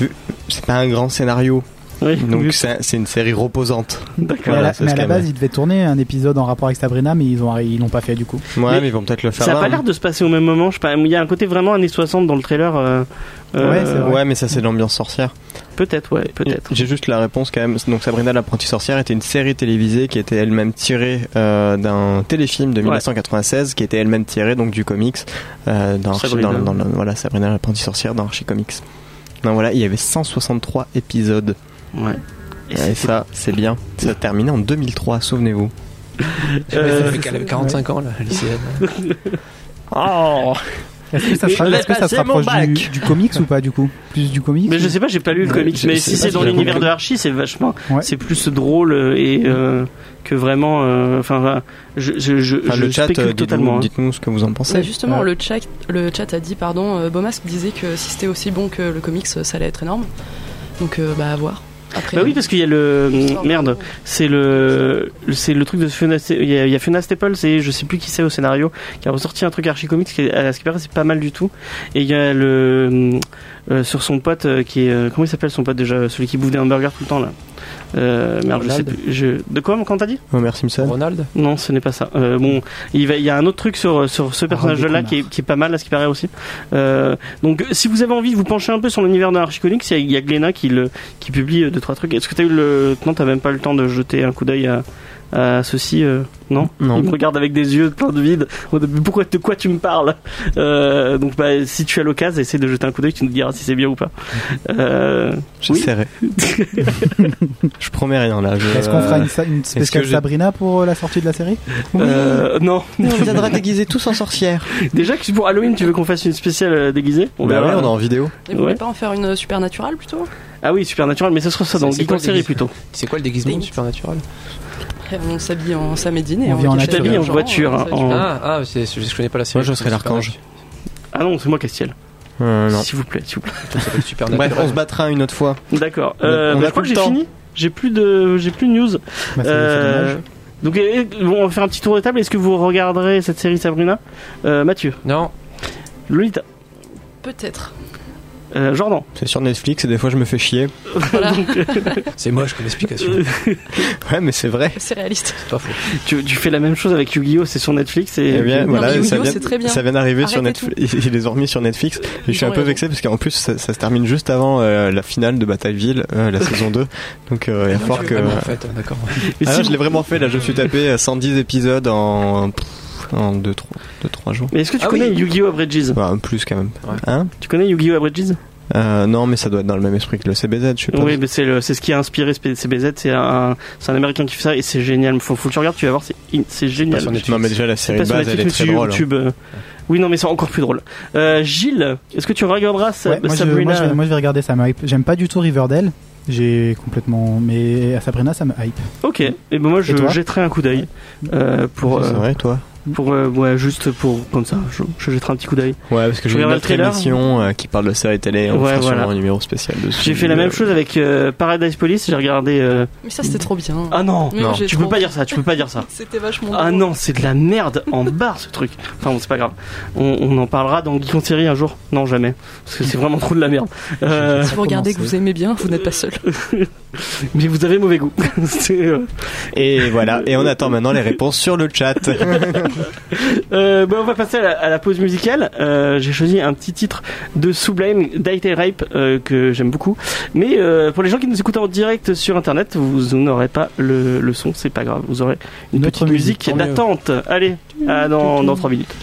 vu- c'est pas un grand scénario, Oui, donc vu- c'est, c'est une série reposante. Mais d'accord. à voilà, la, c'est mais ce à la qu'elle base, aime. ils devaient tourner un épisode en rapport avec Sabrina, mais ils ont ils l'ont pas fait du coup. Ouais, Mais mais, ils vont peut-être le faire. Ça a là, pas hein. l'air de se passer au même moment. Je sais pas, il y a un côté vraiment années 60 dans le trailer. euh, Ouais, c'est euh, vrai. Ouais, mais ça, c'est de l'ambiance sorcière. Peut-être, ouais, peut-être. J'ai juste la réponse quand même. Donc, Sabrina l'apprentie sorcière était une série télévisée qui était elle-même tirée euh, d'un téléfilm de Ouais. 1996 qui était elle-même tirée donc du comics euh, dans, Archie- Sabrina. dans- dans le- voilà Sabrina l'apprentie sorcière dans Archie Comics. Non voilà, il y avait 163 épisodes. Ouais. Et Et c'est- ça, c'est bien. Ça a terminé en 2003, souvenez-vous. Euh, Ça fait qu'elle avait 45 ans, la lycéenne. Oh. Est-ce que ça, se- Mais est-ce que ça se c'est mon rapproche du, du comics ou pas du coup Plus du comics Mais je ou- sais pas, j'ai pas lu le Ouais, comics, je mais sais si pas c'est si dans j'ai l'univers compris. de Archie, c'est vachement, Ouais. c'est plus drôle euh, et euh, que vraiment, euh, enfin, voilà. je, je, je, Enfin, je le chat, spécule euh, totalement. dites-nous hein. dites-nous ce que vous en Bah, pensez. justement, euh, le, chat, le chat a dit, pardon, euh, Beaumasque disait que si c'était aussi bon que le comics, euh, ça allait être énorme. Donc, euh, bah, à voir. Après, euh, Bah oui, parce qu'il y a le euh, l'histoire, merde. C'est le c'est le truc de Fiona. Sta- Il y, a- il y a Fiona Staples et je sais plus qui c'est au scénario qui a ressorti un truc Archie Comics qui, est- à ce qui paraît, c'est pas mal du tout. Et il y a le euh, sur son pote euh, qui est euh, comment il s'appelle son pote déjà celui qui bouffe des hamburgers tout le temps là. Euh, merde, je sais Ronald. plus. Je... De quoi quand t'as dit Homer Simpson. Euh, Ronald Non, ce n'est pas ça. Euh, bon, il, va, il y a un autre truc sur, sur ce personnage-là qui est, qui est pas mal, à ce qui paraît aussi. Euh, donc, si vous avez envie de vous pencher un peu sur l'univers de Archiconix, il y a- il y a Glénat qui, le, qui publie euh, deux trois trucs. Est-ce que t'as eu le Non, t'as même pas eu le temps de jeter un coup d'œil à, à ceci euh, Non. Non. Il me regarde avec des yeux pleins de vide. En mode, Pourquoi de quoi tu me parles Euh, Donc, bah, si tu as l'occasion, essaie de jeter un coup d'œil. Tu nous diras si c'est bien ou pas. Euh, J'essaierai. je promets rien là. je- euh, Est-ce qu'on fera une, sa- une spéciale que je- Sabrina pour euh, la sortie de la série euh, non. Mais On viendra déguiser tous en sorcière. Déjà que pour Halloween, tu veux qu'on fasse une spéciale euh, déguisée On ben verra. Bah on est en vidéo. Et vous voulez ouais. pas en faire une Supernatural plutôt Ah oui, Supernatural, mais ce sera ça C'est- dans c'est Geek quoi en le série déguisement plutôt. C'est quoi le déguisement Mais- de Supernatural Après, On s'habille en Sam et Dean et On vit en cache nature. les On gens, euh, voiture, hein, ça va être en- super. Ah, ah c'est, je, je connais pas la série. Moi, je serais l'archange. Ah non, c'est moi Castiel. Euh, non. S'il vous plaît, s'il vous plaît. Ça s'appelle Supernatural. Bref, on se battra une autre fois. D'accord. On a- Euh, on bah, a je crois que tout j'ai le temps. Ah, fini. J'ai plus de, j'ai plus de news. Bah, c'est- c'est Euh, dommage. donc eh, eh, bon, on va faire un petit tour de table. Est-ce que vous regarderez cette série Sabrina Euh, Mathieu, Non, Lolita, Peut-être. Euh, Jordan. C'est sur Netflix et des fois je me fais chier. Voilà. Donc, euh, C'est moche comme explication. Ouais, mais c'est vrai. C'est réaliste. C'est pas faux. tu, tu fais la même chose avec Yu-Gi-Oh! C'est sur Netflix et. Eh bien, Non, mais voilà, ça Yu-Gi-Oh, vient, c'est très bien. ça vient d'arriver sur Arrêtez Netflix. Ils les ont remis sur Netflix. Et Ils je suis un ont peu raison. vexé parce qu'en plus, ça, ça se termine juste avant euh, la finale de Batailleville, euh, la saison 2. Donc, euh, il va falloir que. Ah, mais en fait, d'accord. Et Ah, si je l'ai vraiment fait là, je me suis tapé euh, 110 épisodes en. pff, en 2-3 jours. Mais est-ce que tu Ah connais oui. Yu-Gi-Oh! Abridges Enfin, plus quand même. Ouais. Hein Tu connais Yu-Gi-Oh! Abridges Euh, non, mais ça doit être dans le même esprit que le CBZ, je sais pas. Oui, mais c'est, le, c'est ce qui a inspiré ce- CBZ. C'est un, c'est un américain qui fait ça et c'est génial. Faut, faut que tu regardes, tu vas voir, c'est, in- c'est génial. sur Netflix. non, mais déjà la C'est série pas de sur base, elle est Netflix, très mais sur drôle. hein. YouTube. euh. Oui, non, mais c'est encore plus drôle. Euh, Gilles, est-ce que tu regarderas Sa- Ouais, moi, je, moi, Sabrina je vais, moi, je vais regarder ça me hype. J'aime pas du tout Riverdale. J'ai complètement. Mais à Sabrina, ça me hype. Ok, et ben moi je toi jetterai un coup d'œil euh, pour, C'est euh, vrai, toi pour euh, ouais, juste pour comme ça, je, je jetterai un petit coup d'œil. Ouais, parce que Tu j'ai une regardes autre le trailer émission euh, qui parle de série télé. On Ouais, fera voilà. sûrement un numéro spécial dessus. J'ai fait la même chose avec euh, Paradise Police, j'ai regardé euh, Mais ça, c'était trop bien. Ah non, Mais non, j'ai tu peux trop- pas dire ça, tu peux pas dire ça. C'était vachement Ah drôle. non, c'est de la merde en barre ce truc. Enfin bon, c'est pas grave. On, on en parlera dans Geek en série un jour. Non, jamais. Parce que c'est vraiment trop de la merde. Euh, Si vous regardez que vous aimez bien, vous n'êtes pas seul. mais vous avez mauvais goût. C'est, euh, Et voilà, et on attend maintenant les réponses sur le chat. Euh, bah, on va passer à la, à la pause musicale. Euh, J'ai choisi un petit titre de Sublime, Date and Rape, euh, que j'aime beaucoup. Mais euh, pour les gens qui nous écoutent en direct sur Internet, vous n'aurez pas le, le son, c'est pas grave. Vous aurez une Notre petite musique, musique, tant mieux. d'attente. Allez, à dans, dans 3 minutes.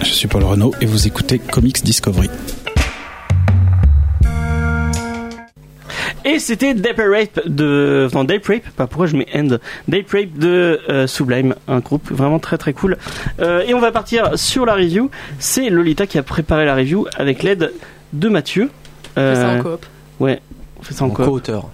Je suis Paul Renault et vous écoutez Comics Discovery. Et c'était Date and Rape de... Non, Date Rape, pas pourquoi je mets End. Date Rape de euh, Sublime, un groupe vraiment très très cool. Euh, et on va partir sur la review. C'est Lolita qui a préparé la review avec l'aide de Mathieu. On fait ça Euh, en coop. Ouais, on fait ça En encore. co-auteur.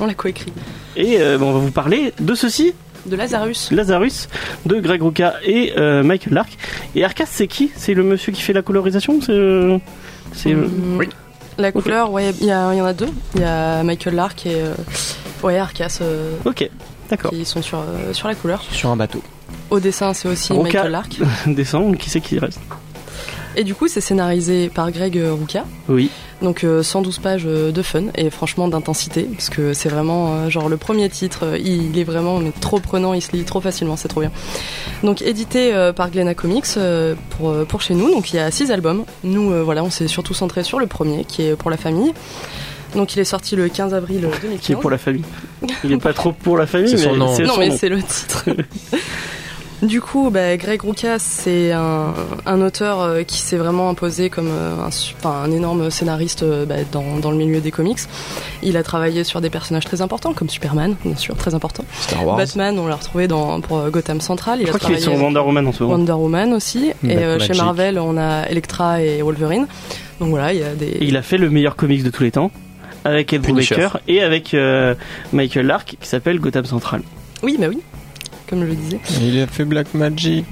On l'a coécrit. Et euh, bon, on va vous parler de ceci, De Lazarus. Lazarus, de Greg Rucka et euh, Michael Lark. Et Arcas, c'est qui C'est le monsieur qui fait la colorisation C'est... euh, c'est euh, Hum, oui. La Ok. couleur, ouais, il y, a- il y en a deux. Il y a Michael Lark et euh, ouais, Arcas euh, Ok, d'accord. qui sont sur, euh, sur la couleur. Sur un bateau. Au dessin, c'est aussi Roca. Michael Lark. Descend, qui c'est qui reste Et du coup, c'est scénarisé par Greg euh, Rucka. Oui. Donc euh, 112 pages euh, de fun et franchement d'intensité parce que c'est vraiment euh, genre le premier titre, euh, il est vraiment mais, trop prenant, il se lit trop facilement, c'est trop bien. Donc édité euh, par Glénat Comics euh, pour, euh, pour chez nous, donc il y a six albums. Nous euh, voilà, on s'est surtout centré sur le premier qui est pour la famille. Donc il est sorti le 15 avril euh, 2015. Qui est pour la famille. Il est pas trop pour la famille, C'est mais son nom. c'est Non, son mais nom. c'est le titre. Du coup, bah, Greg Rucka, c'est un, un auteur euh, qui s'est vraiment imposé comme euh, un, su- enfin, un énorme scénariste euh, bah, dans, dans le milieu des comics. Il a travaillé sur des personnages très importants, comme Superman, bien sûr, très important. Star Bah, Wars. Batman, on l'a retrouvé dans, pour euh, Gotham Central. Il Je a crois qu'il est travaillé sur Wonder Woman en ce moment. Wonder Woman aussi. Et euh, chez Batmagic. Marvel, on a Elektra et Wolverine. Donc voilà, il y a des... Et il a fait le meilleur comics de tous les temps. Avec Ed Punisher. Brubaker et avec euh, Michael Lark qui s'appelle Gotham Central. Oui, bah oui, comme je le disais. Il a fait Black Magic.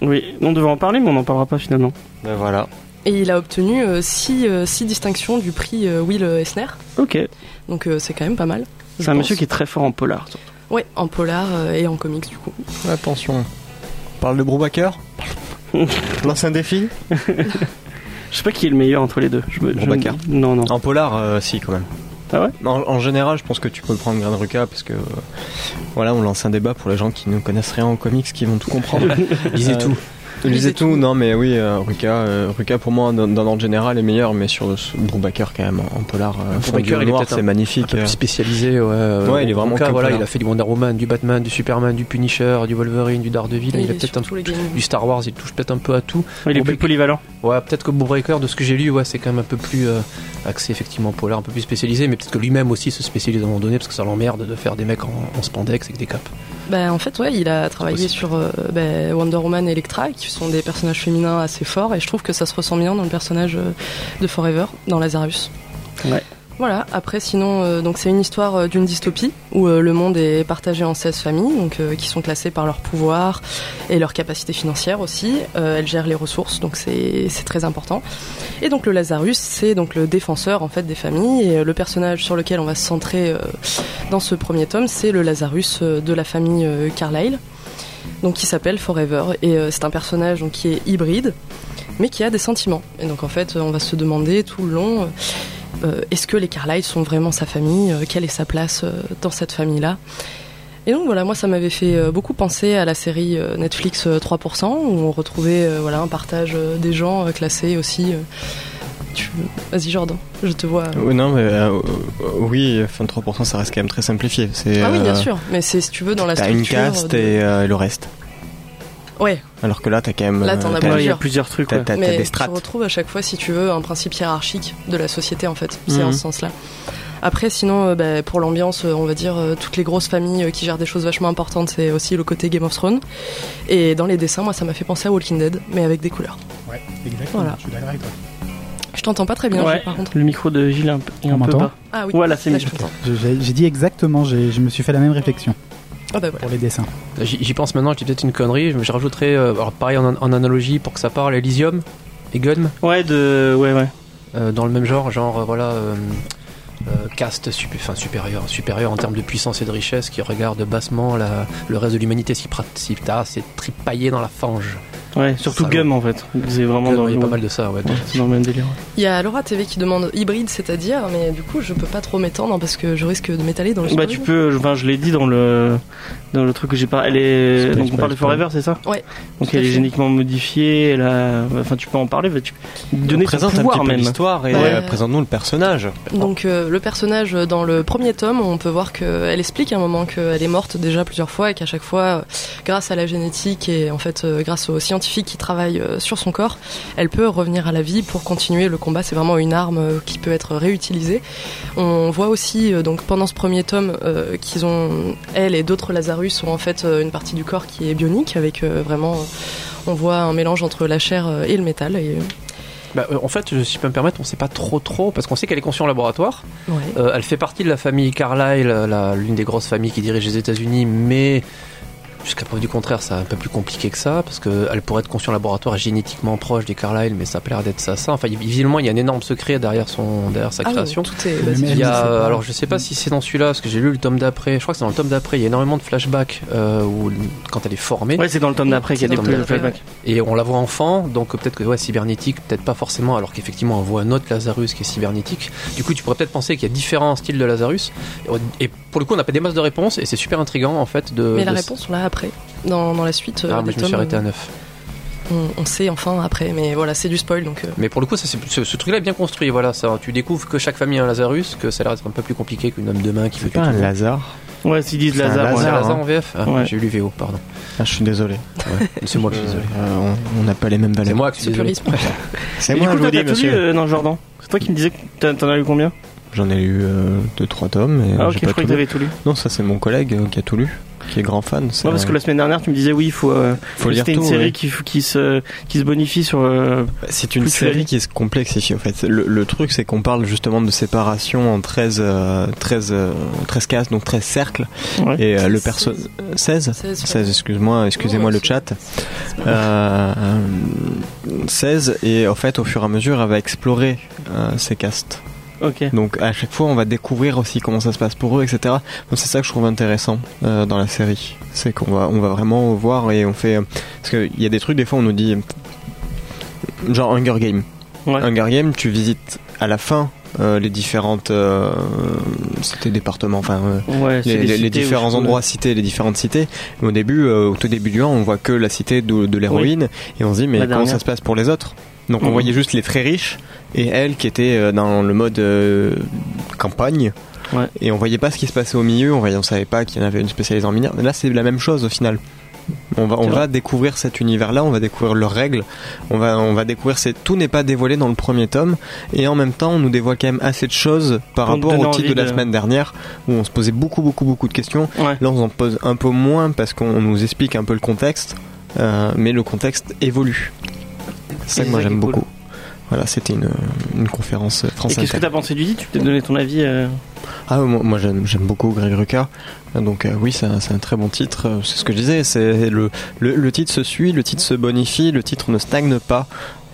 Oui, on devait en parler, mais on n'en parlera pas finalement. Ben voilà. Et il a obtenu 6 six, euh, six distinctions du prix euh, Will Eisner. Ok, Donc euh, c'est quand même pas mal. c'est un monsieur qui est très fort en polar. Ouais, en polar euh, et en comics du coup. Attention. Parle de Brubaker Lance un défi Je sais pas qui est le meilleur entre les deux. Je me, je me- Brubaker. Non, non. En polar, euh, si, quand même. Ah ouais en, en général, je pense que tu peux prendre Gran Ruka parce que. euh, voilà, on lance un débat pour les gens qui ne connaissent rien en comics qui vont tout comprendre. Lisez Euh, tout. Lisez tout, non, mais oui, euh, Ruka, euh, Ruka, pour moi, d'un d'un ordre général, est meilleur, mais sur ce- Brubaker, quand même, en en polar. euh, Brubaker, fondu au il est noir, peut-être un- c'est Un magnifique. peu plus spécialisé, ouais. euh, Ouais, il est en vraiment hein. tout cas, comme voilà, polar. il a fait du Wonder Woman, du Batman, du Superman, du Punisher, du Wolverine, du Daredevil. Et il a peut-être un surtout les gamins. du Star Wars, il touche peut-être un peu à tout. Il est plus Brubaker. polyvalent. Ouais, peut-être que Breaker, de ce que j'ai lu, ouais, c'est quand même un peu plus euh, axé effectivement polar, un peu plus spécialisé, mais peut-être que lui-même aussi se spécialise à un moment donné parce que ça l'emmerde de faire des mecs en, en spandex avec des capes. Bah, en fait, ouais, il a travaillé possible. sur euh, bah, Wonder Woman et Electra, qui sont des personnages féminins assez forts, et je trouve que ça se ressent bien dans le personnage euh, de Forever, dans Lazarus. Ouais. Voilà, après sinon, euh, donc c'est une histoire euh, d'une dystopie où euh, le monde est partagé en 16 familles, donc euh, qui sont classées par leur pouvoir et leur capacité financière aussi. Euh, elles gèrent les ressources, donc c'est c'est très important. Et donc le Lazarus, c'est donc le défenseur en fait des familles, et euh, le personnage sur lequel on va se centrer euh, dans ce premier tome, c'est le Lazarus euh, de la famille euh, Carlyle. donc qui s'appelle Forever. Et euh, c'est un personnage donc, qui est hybride, mais qui a des sentiments. Et donc en fait, euh, on va se demander tout le long, euh, est-ce que les Carlyle sont vraiment sa famille Euh, Quelle est sa place euh, dans cette famille-là et donc voilà, moi ça m'avait fait euh, beaucoup penser à la série euh, Netflix euh, 3%, où on retrouvait euh, voilà, un partage euh, des gens euh, classés aussi. euh. Tu- Vas-y Jordan, je te vois. Oui, non, mais euh, euh, oui, enfin 3%, ça reste quand même très simplifié. C'est, Ah oui, bien euh, sûr, mais c'est si tu veux dans la T'as structure. une caste de- et euh, le reste. Ouais, Alors que là, t'as quand même. Là, euh, t'en as t'as- Ouais, il y a plusieurs. plusieurs trucs. T'as ouais. t'as- t'as mais des tu strates. retrouves à chaque fois, si tu veux, un principe hiérarchique de la société en fait. C'est Mhm. en ce sens-là. Après, sinon, euh, bah, pour l'ambiance, euh, on va dire euh, toutes les grosses familles euh, qui gèrent des choses vachement importantes, c'est aussi le côté Game of Thrones. Et dans les dessins, moi, ça m'a fait penser à Walking Dead, mais avec des couleurs. Ouais, exactement. Voilà. Je suis d'accord avec toi. Je t'entends pas très bien, Ouais. je- par contre. Le micro de Gilles est un peu, est un On peu m'entend bas. Ah oui. Voilà, c'est là, mieux. je t'entends. Je- J'ai j'ai dit exactement, j'ai- je me suis fait la même réflexion Ah bah voilà. pour les dessins. Euh, J'y j'y pense maintenant, je dis peut-être une connerie, mais je rajouterai, euh, alors pareil en, en analogie pour que ça parle, Elysium et Gun, Ouais, de, ouais, ouais. euh, dans le même genre, genre euh, voilà, euh, euh, caste supé- enfin, supérieure, supérieure en termes de puissance et de richesse qui regarde bassement la- le reste de l'humanité s'y pra- s'y- ah, c'est tripaillé dans la fange. Ouais, surtout Salaud. Gum en fait. C'est vraiment Gun, dans, il y le, a pas mal de ça, ouais. ouais, c'est dans le même délire. ouais. Il y a Laura TV qui demande hybride, c'est-à-dire, mais du coup, je peux pas trop m'étendre parce que je risque de m'étaler dans le Bah spoil. tu peux, je- enfin je l'ai dit dans le dans le truc que j'ai parlé. Elle est, Spoil, donc on spoil, parle de spoil. Forever, c'est ça Ouais, Donc tout à elle est fait. géniquement modifiée. Elle a, enfin tu peux en parler, bah, tu donner ton Présente un pouvoir petit peu même. l'histoire et Ouais. euh, présente-nous le personnage. Donc euh, le personnage euh, dans le premier tome, on peut voir qu'elle explique à un moment qu'elle est morte déjà plusieurs fois et qu'à chaque fois, euh, grâce à la génétique et en fait euh, grâce aux scientifiques qui travaillent euh, sur son corps, elle peut revenir à la vie pour continuer le combat. C'est vraiment une arme euh, qui peut être réutilisée. On voit aussi euh, donc pendant ce premier tome euh, qu'ils ont elle et d'autres Lazarus ont en fait euh, une partie du corps qui est bionique avec euh, vraiment euh, on voit un mélange entre la chair euh, et le métal. Et, Bah, euh, en fait, je- si je peux me permettre, on sait pas trop trop, parce qu'on sait qu'elle est conçue en laboratoire, ouais. Euh, elle fait partie de la famille Carlyle, la- l'une des grosses familles qui dirige les États-Unis, mais jusqu'à preuve du contraire, c'est un peu plus compliqué que ça, parce qu'elle pourrait être conçue en laboratoire génétiquement proche des Carlyle, mais ça a pas l'air d'être ça. ça. Enfin, évidemment, il y a un énorme secret derrière, son, derrière sa Ah oui, création. tout est Mais basé. Il y je sais a, pas. alors je sais pas si c'est dans celui-là, parce que j'ai lu le tome d'après, je crois que c'est dans le tome d'après, il y a énormément de flashbacks euh, où, quand elle est formée, Ouais, c'est dans le tome d'après qu'il y a des C'est dans le tome flashbacks. d'après, et on la voit enfant, donc euh, peut-être que ouais, cybernétique, peut-être pas forcément, alors qu'effectivement on voit un autre Lazarus qui est cybernétique. Du coup, tu pourrais peut-être penser qu'il y a différents styles de Lazarus. Et et pour le coup, on n'a pas des masses de réponses, et c'est super intriguant en fait de. Mais la Euh, de- réponse, on l'a après, dans, dans la suite. euh, Ah, moi des je me suis tomes, arrêté à 9. on, on sait enfin après, mais voilà, c'est du spoil donc. euh, Mais pour le coup, ça, c'est- ce, ce truc-là est bien construit. Voilà, ça, tu découvres que chaque famille a un Lazarus, que ça a l'air d'être un peu plus compliqué qu'une homme de main qui veut Putain, un Lazare. Ouais, s'ils disent C'est un Lazare. C'est ouais. Lazare. Lazare hein. en VF Ah, Ouais. J'ai lu VO, pardon. Ah, je suis désolé. C'est moi qui suis désolé. Euh, on- on n'a pas les mêmes C'est valeurs. moi qui ce suis désolé. purisme. C'est Et du moi, coup, je t'as vous dis, t'as tout lu, monsieur. euh, non Jordan. C'est toi qui me disais que t'en t'en as lu combien J'en ai lu 2-3 tomes. et Ah ok, j'ai je pas croyais que tout lu. t'avais tout lu. Non, ça, c'est mon collègue euh, qui a tout lu, qui est grand fan. c'est Non, parce un- que la semaine dernière, tu me disais oui, il faut. euh, faut lire C'était tout. une série ouais. qui, f- qui se qui se bonifie sur. euh, C'est une Plus tu la série lis. qui se complexifie en fait. Le, le truc c'est qu'on parle justement de séparation en 13, euh, 13, euh, 13 cases, donc 13 cercles. Ouais. Et euh, le perso... 16, 16 16, 16, excuse-moi, excusez-moi Non, le c'est- chat. c'est pas Euh, euh, 16 et en fait au fur et à mesure elle va explorer euh, ces castes. Ok. Donc à chaque fois, on va découvrir aussi comment ça se passe pour eux, etc. Donc c'est ça que je trouve intéressant euh, dans la série, c'est qu'on va on va vraiment voir et on fait euh, parce qu'il y a des trucs des fois on nous dit genre Hunger Game. Ouais. Hunger Game, tu visites à la fin euh, les différentes euh, c'était départements, enfin euh, Ouais. c'est les, des les- les cités où je différents trouve- endroits cités, les différentes cités. Au début, euh, au tout début du 1, on voit que la cité de, de l'héroïne et on se dit mais La comment dernière. ça se passe pour les autres Donc on Mhm. voyait juste les très riches et elle qui était euh, dans le mode euh, campagne. Ouais. Et on voyait pas ce qui se passait au milieu, on voyait, on savait pas qu'il y en avait une spécialisée en minière. Mais là, c'est la même chose au final. On va, on C'est va découvrir cet univers-là, on va découvrir leurs règles, on va, on va découvrir. ces- Tout n'est pas dévoilé dans le premier tome, et en même temps, on nous dévoile quand même assez de choses par Pour nous rapport au donner titre de envie la de- semaine dernière où on se posait beaucoup, beaucoup, beaucoup de questions. Ouais. Là, on en pose un peu moins parce qu'on nous explique un peu le contexte, euh, mais le contexte évolue. C'est ça que Et moi ça qui j'aime est cool. beaucoup. Voilà, c'était une, une conférence euh, Et française. qu'est-ce que t'as pensé du dit Tu peux peut-être donner ton avis. euh, Ah, moi, moi, j'aime j'aime beaucoup Greg Rucka. Donc, euh, oui, c'est un, c'est un très bon titre. Euh, C'est ce que je disais. C'est le, le, le titre se suit, le titre se bonifie, le titre ne stagne pas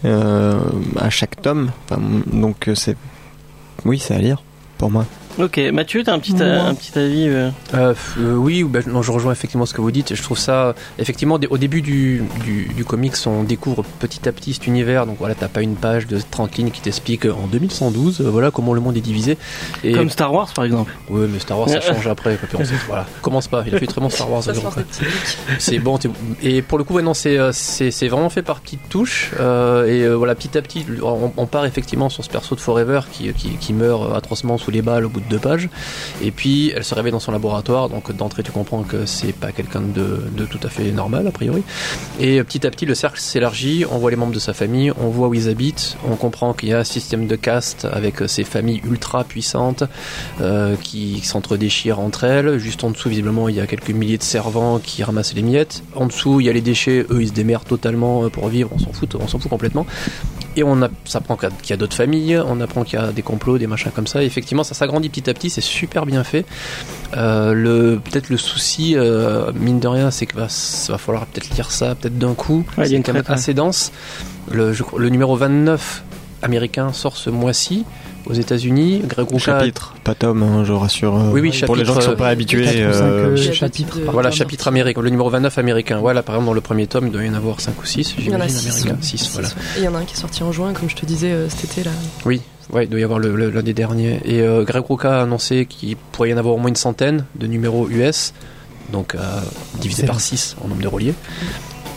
euh, à chaque tome. Enfin, donc, euh, c'est. Oui, c'est à lire pour moi. Ok, Mathieu, t'as un petit, un petit avis euh, Euh, f- euh, oui, ben, non, je rejoins effectivement ce que vous dites. Je trouve ça, effectivement, dé- au début du, du, du comics, on découvre petit à petit cet univers. Donc voilà, t'as pas une page de 30 lignes qui t'explique euh, en 2112, euh, voilà comment le monde est divisé. Et Comme Star Wars, par exemple. ouais, mais Star Wars ça change après. quoi. Puis on sait- voilà, commence pas. Il a fait vraiment Star Wars. Ça se aujourd'hui. lance des petits clics. c'est bon t'es- et pour le coup ouais, non c'est euh, c'est c'est vraiment fait par petites touches euh, et euh, voilà petit à petit on, on part effectivement sur ce perso de Forever qui, euh, qui, qui meurt atrocement sous les balles au bout de deux pages et puis elle se réveille dans son laboratoire donc d'entrée tu comprends que c'est pas quelqu'un de, de tout à fait normal a priori et euh, petit à petit le cercle s'élargit on voit les membres de sa famille on voit où ils habitent on comprend qu'il y a un système de caste avec euh, ces familles ultra puissantes euh, qui, qui s'entre-déchirent entre elles. Juste en dessous, visiblement, il y a quelques milliers de servants qui ramassent les miettes. En dessous, il y a les déchets. Eux, ils se démerdent totalement euh, pour vivre. On s'en fout, on s'en fout complètement. Et on a- ça apprend qu'il y a- qu'il y a d'autres familles. On apprend qu'il y a des complots, des machins comme ça. Et effectivement, ça s'agrandit petit à petit. C'est super bien fait. Euh, le peut-être le souci, euh, mine de rien, c'est que va, ça va falloir peut-être lire ça, peut-être d'un coup. Ouais, il y a c'est une quand même traite, ouais. assez dense. Le, je crois- le numéro 29 américain sort ce mois-ci aux États-Unis. Greg Rucka Chapitre, pas tome, hein, je rassure. euh, Oui, oui, Pour les gens qui chapitre, sont pas euh, habitués. quatre ou euh, cinq, Il y a chapitre. pas de- Voilà, de- chapitre américain, le numéro 29 américain. Voilà, par exemple, dans le premier tome, il doit y en avoir 5 ou 6, Il y en j'imagine, a six. américain. Six, 6, voilà. ouais. Et il y en a un qui est sorti en juin, comme je te disais euh, cet été là. Ouais, il doit y avoir le- le- l'un des derniers. Et euh, Greg Rucka a annoncé qu'il pourrait y en avoir au moins une centaine de numéros US, donc euh, divisé C'est par vrai. 6 en nombre de reliés.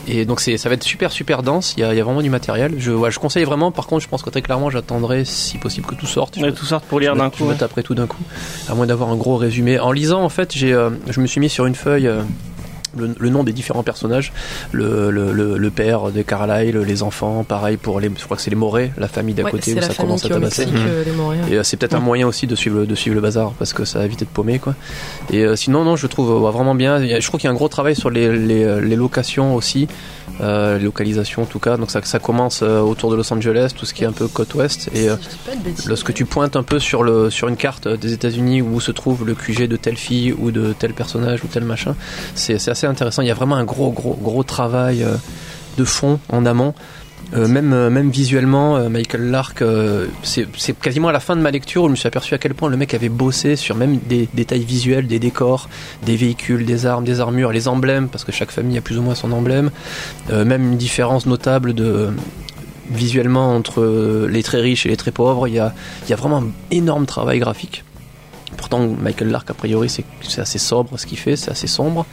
Et donc c'est- ça va être super super dense, il y a, il y a vraiment du matériel. Je, ouais, je conseille vraiment, par contre je pense que très clairement j'attendrai si possible que tout sorte. Je Ouais, tout sort pour lire Je Bah, me- d'un je coup. Bah, me ouais. taperai tout d'un coup, à moins d'avoir un gros résumé. En lisant, en fait, j'ai, euh, je me suis mis sur une feuille. euh, le, le nom des différents personnages, le, le- le- le père de Carlyle, les enfants, pareil pour les, je crois que c'est les Moret, la famille d'à Ouais, côté c'est où la ça famille commence à qui est au tabasser. Mexique, euh, les Montréal. Et euh, c'est peut-être un moyen aussi de suivre, le- de suivre le bazar parce que ça évite d'être paumé quoi. Et euh, sinon non, je trouve euh, ouais, vraiment bien. Il y a- Je trouve qu'il y a un gros travail sur les, les- euh, les locations aussi, euh, les localisations en tout cas. Donc ça, ça commence euh, autour de Los Angeles, tout ce qui est un peu côte ouest. Et euh, Si je dis pas de bêtises. Lorsque tu pointes un peu sur, le, sur une carte euh, des États-Unis où se trouve le QG de telle fille ou de tel personnage ou tel machin, c'est c'est assez intéressant. Il y a vraiment un gros, gros, gros travail euh, de fond en amont. Euh, même, euh, même visuellement, euh, Michael Lark, euh, c'est c'est quasiment à la fin de ma lecture où je me suis aperçu à quel point le mec avait bossé sur même des détails visuels, des décors, des véhicules, des armes, des armures, les emblèmes, parce que chaque famille a plus ou moins son emblème. Euh, même une différence notable de visuellement entre euh, les très riches et les très pauvres. Il y a, il y a vraiment un énorme travail graphique. Pourtant, Michael Lark, a priori, c'est c'est assez sobre ce qu'il fait, c'est assez sombre,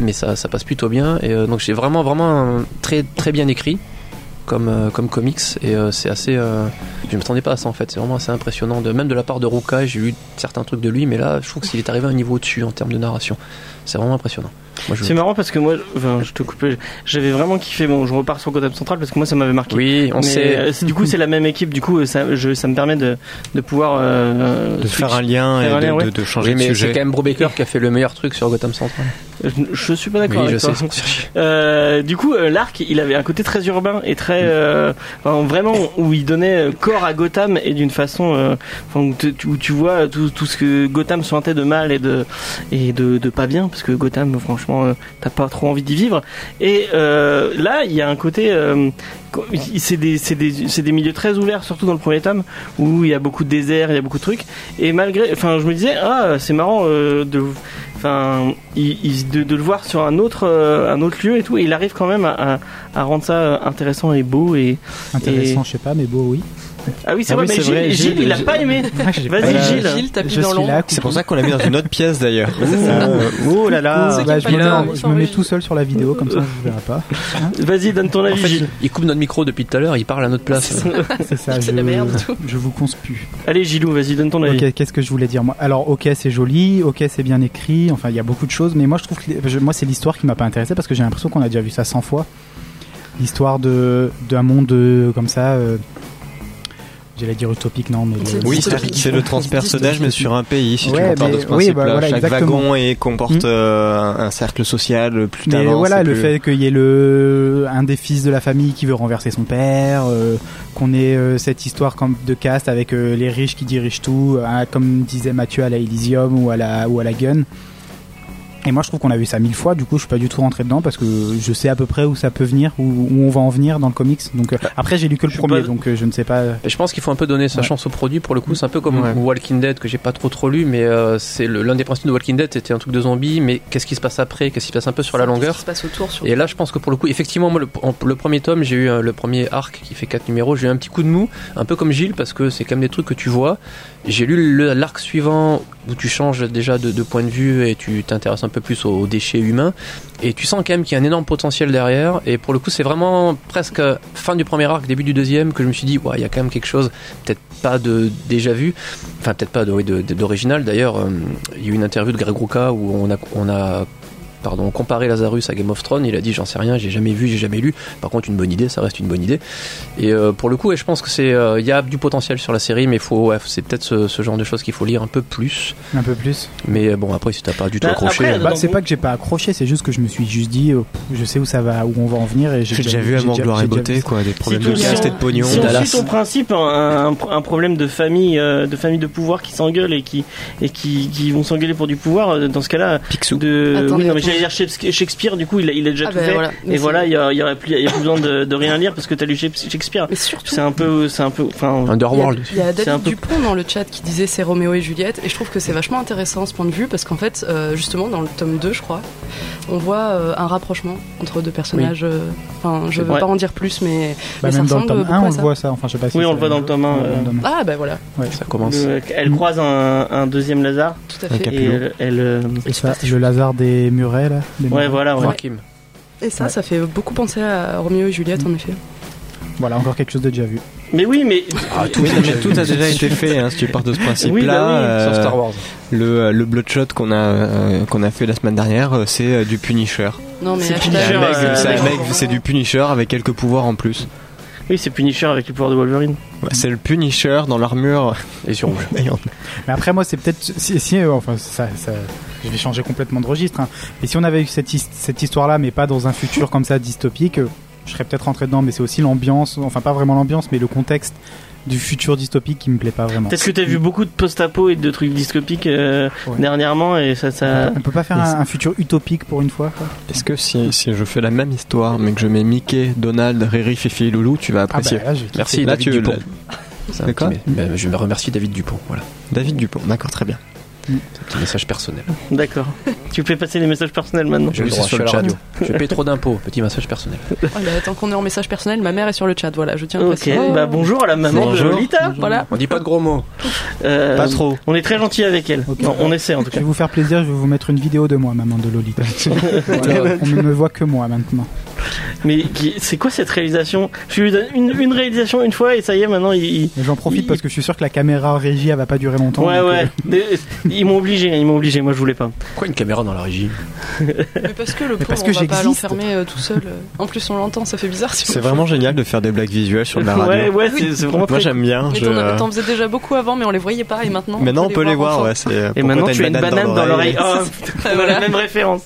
mais ça, ça passe plutôt bien. Et euh, donc, j'ai vraiment, vraiment un- très, très bien écrit comme, euh, comme comics, et euh, c'est assez. euh, je ne m'attendais pas à ça en fait, c'est vraiment assez impressionnant. De, même de la part de Ruka, j'ai lu certains trucs de lui, mais là, je trouve qu'il est arrivé à un niveau au-dessus en termes de narration. C'est vraiment impressionnant. Moi, je- C'est marrant parce que moi, enfin, je te coupais, j'avais vraiment kiffé. Bon, je repars sur Gotham Central parce que moi, ça m'avait marqué. Oui, on Mais, sait. euh, c'est- du coup, c'est la même équipe. Du coup, euh, ça, je- ça me permet de, de pouvoir euh, de switch. faire un lien Faire un et de, lien, de- ouais. de changer Oui, de mais c'est quand sujet. même Brubaker qui a fait le meilleur truc sur Gotham Central. Je, je suis pas d'accord Oui, je avec sais. toi. c'est pour ça que je- Euh, du coup, euh, l'arc, il avait un côté très urbain et très, euh, enfin, vraiment où il donnait euh, corps à Gotham et d'une façon, euh, enfin, où, tu- tu- où tu vois tout, tout ce que Gotham sentait de mal et de et de, de pas bien, parce que Gotham, franchement, euh, t'as pas trop envie d'y vivre. Et euh, là, il y a un côté, euh, co- c'est des c'est des c'est des milieux très ouverts, surtout dans le premier tome où il y a beaucoup de déserts, il y a beaucoup de trucs. Et malgré, enfin, je me disais, ah, c'est marrant euh, de enfin il- il- de, de le voir sur un autre euh, un autre lieu et tout et il arrive quand même à, à, à rendre ça euh, intéressant et beau et Intéressant, je sais pas, mais beau, oui. ah oui c'est Ah vrai oui, mais c'est Gilles, vrai, Gilles, Gilles, il a Gilles. pas aimé Vas-y, Vas-y, Gilles. Gilles, Je tapis suis dans l'ombre. là. C'est pour ça qu'on l'a mis dans une autre pièce d'ailleurs. c'est ça. Euh, Oh là là. C'est Bah, je, me Capitaine, mets- ils je sont me mets riches. tout seul sur la vidéo, comme ça je vous verrai pas. Hein vas-y donne ton En avis fait, Gilles il coupe notre micro depuis tout à l'heure, il parle à notre place. C'est ça, C'est je, de la merde, tout. je vous conspue. allez Gilou vas-y donne ton avis Ok, qu'est-ce que je voulais dire moi Alors, ok, c'est joli, ok, c'est bien écrit, enfin, il y a beaucoup de choses, mais moi, je trouve que je- moi, c'est l'histoire qui m'a pas intéressé parce que j'ai l'impression qu'on a déjà vu ça 100 fois. L'histoire de d'un monde euh, comme ça, euh, j'allais dire utopique, non, mais le- Oui, C'est c'est-à-dire que c'est le transpersonnage, mais sur un pays, si tu Ouais, repars de mais- ce oui, principe-là. bah voilà, Chaque exactement. Mm. wagon et comporte euh, un- un cercle social plus Mais tard. voilà, le fait qu'il y ait le un des fils de la famille qui veut renverser son père, euh, qu'on ait euh, cette histoire comme de caste avec euh, les euh, riches qui dirigent tout, hein, comme disait Mathieu à la Elysium ou à la ou à la Gun. Et moi, je trouve qu'on a vu ça mille fois. Du coup, je suis pas du tout rentré dedans parce que je sais à peu près où ça peut venir, où, où on va en venir dans le comics. Donc euh, après, j'ai lu que le Bah, Je suis premier, pas- donc euh, je ne sais pas. Et Je pense qu'il faut un peu donner sa Ouais. chance au produit pour le coup. C'est un peu comme Ouais. Walking Dead que j'ai pas trop trop lu, mais euh, c'est le- l'un des principes de Walking Dead, c'était un truc de zombie, mais qu'est-ce qui se passe après Qu'est-ce qui se passe un peu sur la Ce qui longueur se passe autour sur et là, je pense que pour le coup, effectivement, moi, le, en- le premier tome, j'ai eu euh, le premier arc qui fait quatre numéros, j'ai eu un petit coup de mou, un peu comme Gilles, parce que c'est quand même des trucs que tu vois. J'ai lu le- l'arc suivant où tu changes déjà de, de point de vue et tu t'intéresses un peu plus aux, aux déchets humains. Et tu sens quand même qu'il y a un énorme potentiel derrière. Et pour le coup, c'est vraiment presque euh, fin du premier arc, début du deuxième, que je me suis dit, ouais, il y a quand même quelque chose, peut-être pas de déjà vu, enfin peut-être pas de- oui, de- de- d'original. D'ailleurs, euh, il y a eu une interview de Greg Rucka où on a, on a pardon, comparé Lazarus à Game of Thrones. Il a dit, j'en sais rien, j'ai jamais vu, j'ai jamais lu. Par contre, une bonne idée, ça reste une bonne idée. Et euh, pour le coup, ouais, je pense que c'est, euh, il y a du potentiel sur la série, mais faut, ouais, c'est peut-être ce, ce genre de choses qu'il faut lire un peu plus. Un peu plus. Mais euh, bon, après, si t'as pas du tout Bah, accroché, après, euh, Bah, dans c'est mon- pas que j'ai pas accroché, c'est juste que je me suis juste dit, euh, pff, je sais où ça va, où on va en venir. Et J'ai déjà vu Amour, j'ai Gloire et j'ai déjà vu Beauté, ça. quoi, des problèmes tout de bien. caste et de pognon. Si on Dallas. suit ton principe, un, un- un problème de famille, euh, de famille de pouvoir qui s'engueule et qui et qui, qui vont s'engueuler pour du pouvoir, euh, dans ce cas-là, Picsou. de Attendez, oui, non, mais attendez. j'allais dire Shakespeare- Shakespeare, du coup, il a, il a déjà Ah tout bah fait. voilà. Mais Et c'est- voilà, il y, a- il y aurait plus, il y a plus besoin de, de rien lire parce que t'as lu Shakespeare. Mais surtout, C'est un peu, c'est un peu, enfin, il y a- euh, Underworld. il y a C'est un David peu- Dupont dans le chat qui disait c'est Roméo et Juliette, et je trouve que c'est vachement intéressant ce point de vue parce qu'en fait, euh, justement, dans le tome 2, je crois, on voit euh, un rapprochement entre deux personnages. euh, Enfin, je veux Ouais. pas en dire plus, mais, Bah, mais ça même dans le ressemble tome beaucoup 1, on à le ça. voit ça. Enfin, je sais pas si Oui, c'est on le voit dans le tome un, Ouais, euh, dans le tome un. Ah, bah voilà, Ça commence. le- elle croise un, un deuxième Lazare tout à Un fait. cap- et elle, elle, euh, Et ça, le Lazare des murets là. des ouais, murets. voilà, ouais. Joachim. Et ça, Ouais. ça fait beaucoup penser à Roméo et Juliette, en effet. Voilà, encore quelque chose de déjà vu. Mais oui, mais Oui, non, mais tout a déjà été fait, hein, si tu pars de ce principe-là. Oui, bah oui, Sans euh, Star Wars. le, euh, le Bloodshot qu'on a, euh, qu'on a fait la semaine dernière, euh, c'est euh, du Punisher. Non, mais C'est hashtag- Punisher, C'est un mec- euh, c'est un avec- mec, c'est du Punisher avec quelques pouvoirs en plus. oui, c'est Punisher avec le pouvoir de Wolverine. Ouais, C'est le Punisher dans l'armure. Et sur rouge. Et en- Mais après, moi, c'est peut-être. Si, si, euh, enfin, ça, ça- je vais changer complètement de registre. hein. Mais si on avait eu cette, his- cette histoire-là, mais pas dans un futur comme ça dystopique, euh, je serais peut-être rentré dedans. Mais c'est aussi l'ambiance, enfin, pas vraiment l'ambiance, mais le contexte du futur dystopique qui me plaît pas vraiment. Peut-être que t'as vu beaucoup de post-apo et de trucs dystopiques euh, Ouais. dernièrement et ça, ça. On peut pas faire un, un futur utopique pour une fois quoi Est-ce que si, si je fais la même histoire, mais que je mets Mickey, Donald, Riri, Fifi et Loulou, tu vas Ah bah, apprécier là, je vais- Merci Là, David tu- Dupont. là- C'est un De quoi petit mé- ben, je me remercie David Dupont. Voilà, David Dupont, d'accord, très bien. c'est un petit message personnel. D'accord. tu fais passer les messages personnels maintenant. Je le suis droit, sur je le suis à la chat. radio. Je paie trop d'impôts. Petit message personnel. Voilà, tant Oh, qu'on est en message personnel, ma mère est sur le chat, voilà, je tiens à Ok. préciser. Bah bonjour à la maman de Bonjour. Lolita. Voilà, On dit pas de gros mots. Euh, Pas trop. On est très gentil avec elle. Ok. Non, on essaie en tout Je cas. vais vous faire plaisir, je vais vous mettre une vidéo de moi, maman de Lolita. Voilà, on ne me voit que moi maintenant. Mais qui- c'est quoi cette réalisation Je lui donne une, une réalisation une fois et ça y est, maintenant il. il- Mais J'en profite parce que je suis sûr que la caméra régie, elle va pas durer longtemps. Ouais donc, euh, ouais, Des- ils m'ont obligé, hein, ils m'ont obligé, moi je voulais pas. Pourquoi une caméra dans la régie mais parce que le Mais pauvre, parce on que va pas j'existe. l'enfermer euh, tout seul. euh. En plus, on l'entend, ça fait bizarre. si on- C'est vraiment génial de faire des blagues visuelles sur de la radio. ouais ouais, c'est c'est vraiment Moi très- j'aime bien. Mais je- t'en, t'en faisais déjà beaucoup avant, mais on les voyait pas, et maintenant. Maintenant on peut les voir, enfin. ouais. c'est- Et pourquoi maintenant t'as tu as une banane dans l'oreille. Oh, putain, on a la Voilà. même référence.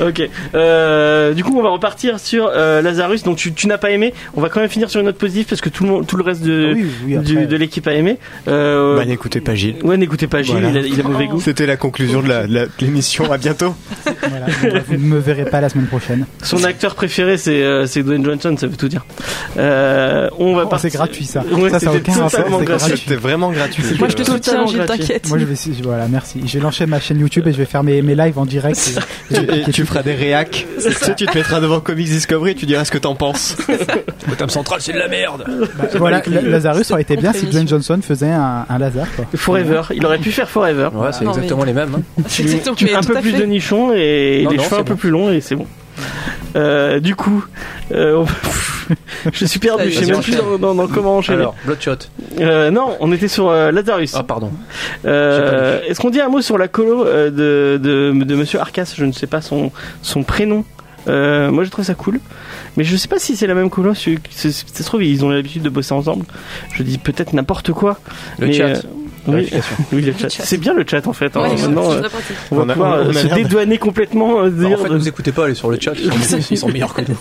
Ok. Euh, du coup, on va repartir sur euh, Lazarus. Donc tu, tu n'as pas aimé. On va quand même finir sur une note positive parce que tout le monde, tout le reste de Ah oui, oui, après, Euh, du- de l'équipe a aimé. Euh, Bah n'écoutez pas Gilles. ouais, n'écoutez pas Gilles, Voilà. il, a, il a mauvais goût. C'était la conclusion de la- la- de l'émission. À bientôt. voilà, vous ne me verrez pas la semaine prochaine. Oh, Son acteur préféré, c'est euh, c'est Dwayne Johnson, ça veut tout dire. Euh, on va Oh, partir- c'est gratuit, ça. Ouais, Ça, ça a c'était aucun rapport, totalement c'est gratuit. gratuit. C'était vraiment gratuit. Euh, Moi, je te soutiens, Totalement Gilles, gratuit. t'inquiète. Moi je vais si- voilà merci. Je vais lancer ma chaîne YouTube et je vais faire mes, mes lives en direct. Et- et- Et tu feras des réacs. Tu sais, tu te mettras devant Comics Discovery et tu diras ce que t'en penses. Gotham Central, c'est de la merde. bah, voilà, La- Lazarus aurait été bien si Contre-émission. Dwayne Johnson faisait un, un Lazare quoi. Forever, il aurait pu faire Forever. Ouais, c'est Non, exactement les mêmes. hein. C'est exactement- mais un tout peu à plus fait. de nichons et Non, les non, cheveux c'est un peu plus longs et c'est bon. Euh, du coup, euh, on va- je suis perdu, Allez, je sais vas-y, même plus enchaîne. dans, dans- dans comment enchaîner. Alors, Bloodshot. Euh, non, on était sur euh, Lazarus. Ah, pardon. Euh, j'ai Est-ce qu'on dit un mot sur la colo euh, de, de, de Monsieur Arcas Je ne sais pas son, son prénom. Euh, moi, je trouve ça cool, mais je sais pas si c'est la même colo. si- si- si Ça se trouve, ils ont l'habitude de bosser ensemble. Je dis peut-être n'importe quoi. Le mais, chat. euh, Oui, oui, le chat. C'est bien le chat en fait. hein. Ouais, c'est Maintenant, euh, très pratique. on va On a- pouvoir on a euh, se l'air de- dédouaner complètement. euh, Alors, dire Bah, en fait, de- nous écoutez pas, allez sur le chat, ils sont, ils sont meilleurs que nous.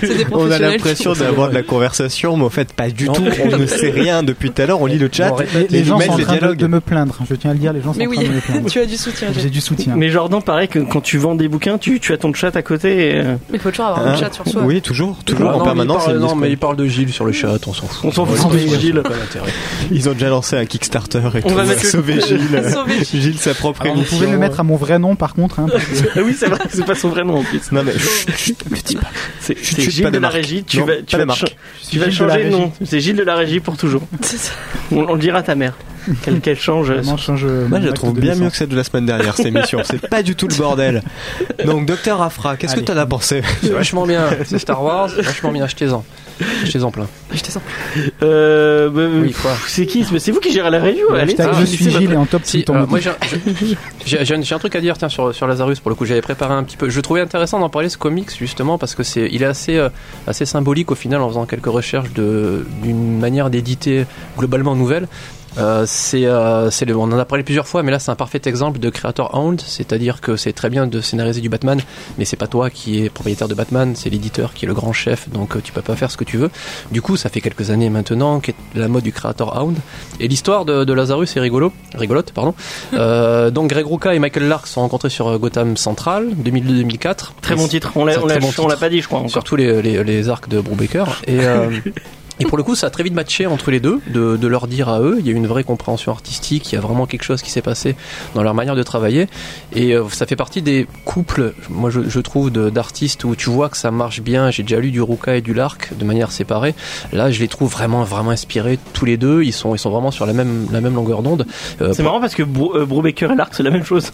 C'est des On a professionnels l'impression qui- d'avoir de la conversation, mais en fait, pas du Non. tout. On ne sait rien depuis tout à l'heure. On lit le chat. Bon, arrête. Les, les les gens emails, sont en les train de, dialogues. de me plaindre, je tiens à le dire, les gens sont Mais en oui, train de me plaindre. tu as du soutien. Jacques. J'ai du soutien. Mais Jordan, pareil que quand tu vends des bouquins, tu, tu as ton chat à côté. et, euh, Mais il faut toujours avoir Hein un chat sur soi. Oui, toujours, toujours Non, en mais permanence. il parle- ils me non, disent mais que- il parle de Gilles sur le chat, on s'en fout. On s'en Ouais, fout c'est de pas- Gilles. c'est pas l'intérêt. Ils ont déjà lancé un Kickstarter et On tout. va mettre le- Sauver Gilles. Sauver Gilles. Gilles, sa propre Ah. Alors, vous émission. pouvez le mettre à mon vrai nom par contre. hein, parce que- Ah oui, c'est vrai, c'est pas son vrai nom en plus. Non, mais chut, chut, ne dis pas. C'est Chut, c'est chut, Gilles pas de de la marque. régie. Tu Non, vas, pas tu de vas, marque. cha- tu vas Gilles de la changer de régie. nom. C'est Gilles de la régie pour toujours. C'est ça. On, on le dira à ta mère. Qu'elle qu'elle change. euh, Vraiment, change. euh, Moi, je mon la acte trouve de bien naissance. mieux que celle de la semaine dernière, cette émission. C'est pas du tout le bordel. Donc, docteur Afra, qu'est-ce que Allez. t'en as pensé C'est vachement bien, c'est Star Wars, c'est vachement bien, achetez-en. Achetez-en plein. Je te sens. Euh, bah, Oui, pff, quoi. c'est qui Mais c'est vous qui gérez la review Le Allez, Ah, hashtag ça, je mais suis c'est pas Gilles et en top Si, c'est ton euh, mot. moi j'ai un- j'ai- j'ai- j'ai un, j'ai un truc à dire tiens sur sur Lazarus pour le coup j'avais préparé un petit peu je trouvais intéressant d'en parler ce comics justement parce que c'est il est assez euh, assez symbolique au final en faisant quelques recherches de d'une manière d'éditer globalement nouvelle Euh, c'est euh, c'est le on en a parlé plusieurs fois mais là c'est un parfait exemple de creator owned c'est-à-dire que c'est très bien de scénariser du Batman mais c'est pas toi qui est propriétaire de Batman c'est l'éditeur qui est le grand chef donc euh, tu peux pas faire ce que tu veux du coup ça fait quelques années maintenant qu'est la mode du creator owned et l'histoire de, de Lazarus est rigolo rigolote pardon euh, donc Greg Rucka et Michael Lark se sont rencontrés sur euh, Gotham Central 2002-2004. Très Et bon titre. On l'a C'est un on l'a- très bon on l'a titre. pas dit, je crois. Encore. Surtout les, les, les arcs de Brubaker. Et, euh, et pour le coup, ça a très vite matché entre les deux, de, de leur dire à eux. Il y a eu une vraie compréhension artistique, il y a vraiment quelque chose qui s'est passé dans leur manière de travailler. Et euh, ça fait partie des couples, moi je, je trouve, de- d'artistes où tu vois que ça marche bien. J'ai déjà lu du Ruka et du Lark de manière séparée. Là, je les trouve vraiment, vraiment inspirés tous les deux. Ils sont, ils sont vraiment sur la même, la même longueur d'onde. Euh, C'est marrant parce que Bro- euh, Brubaker et Lark, c'est la même chose.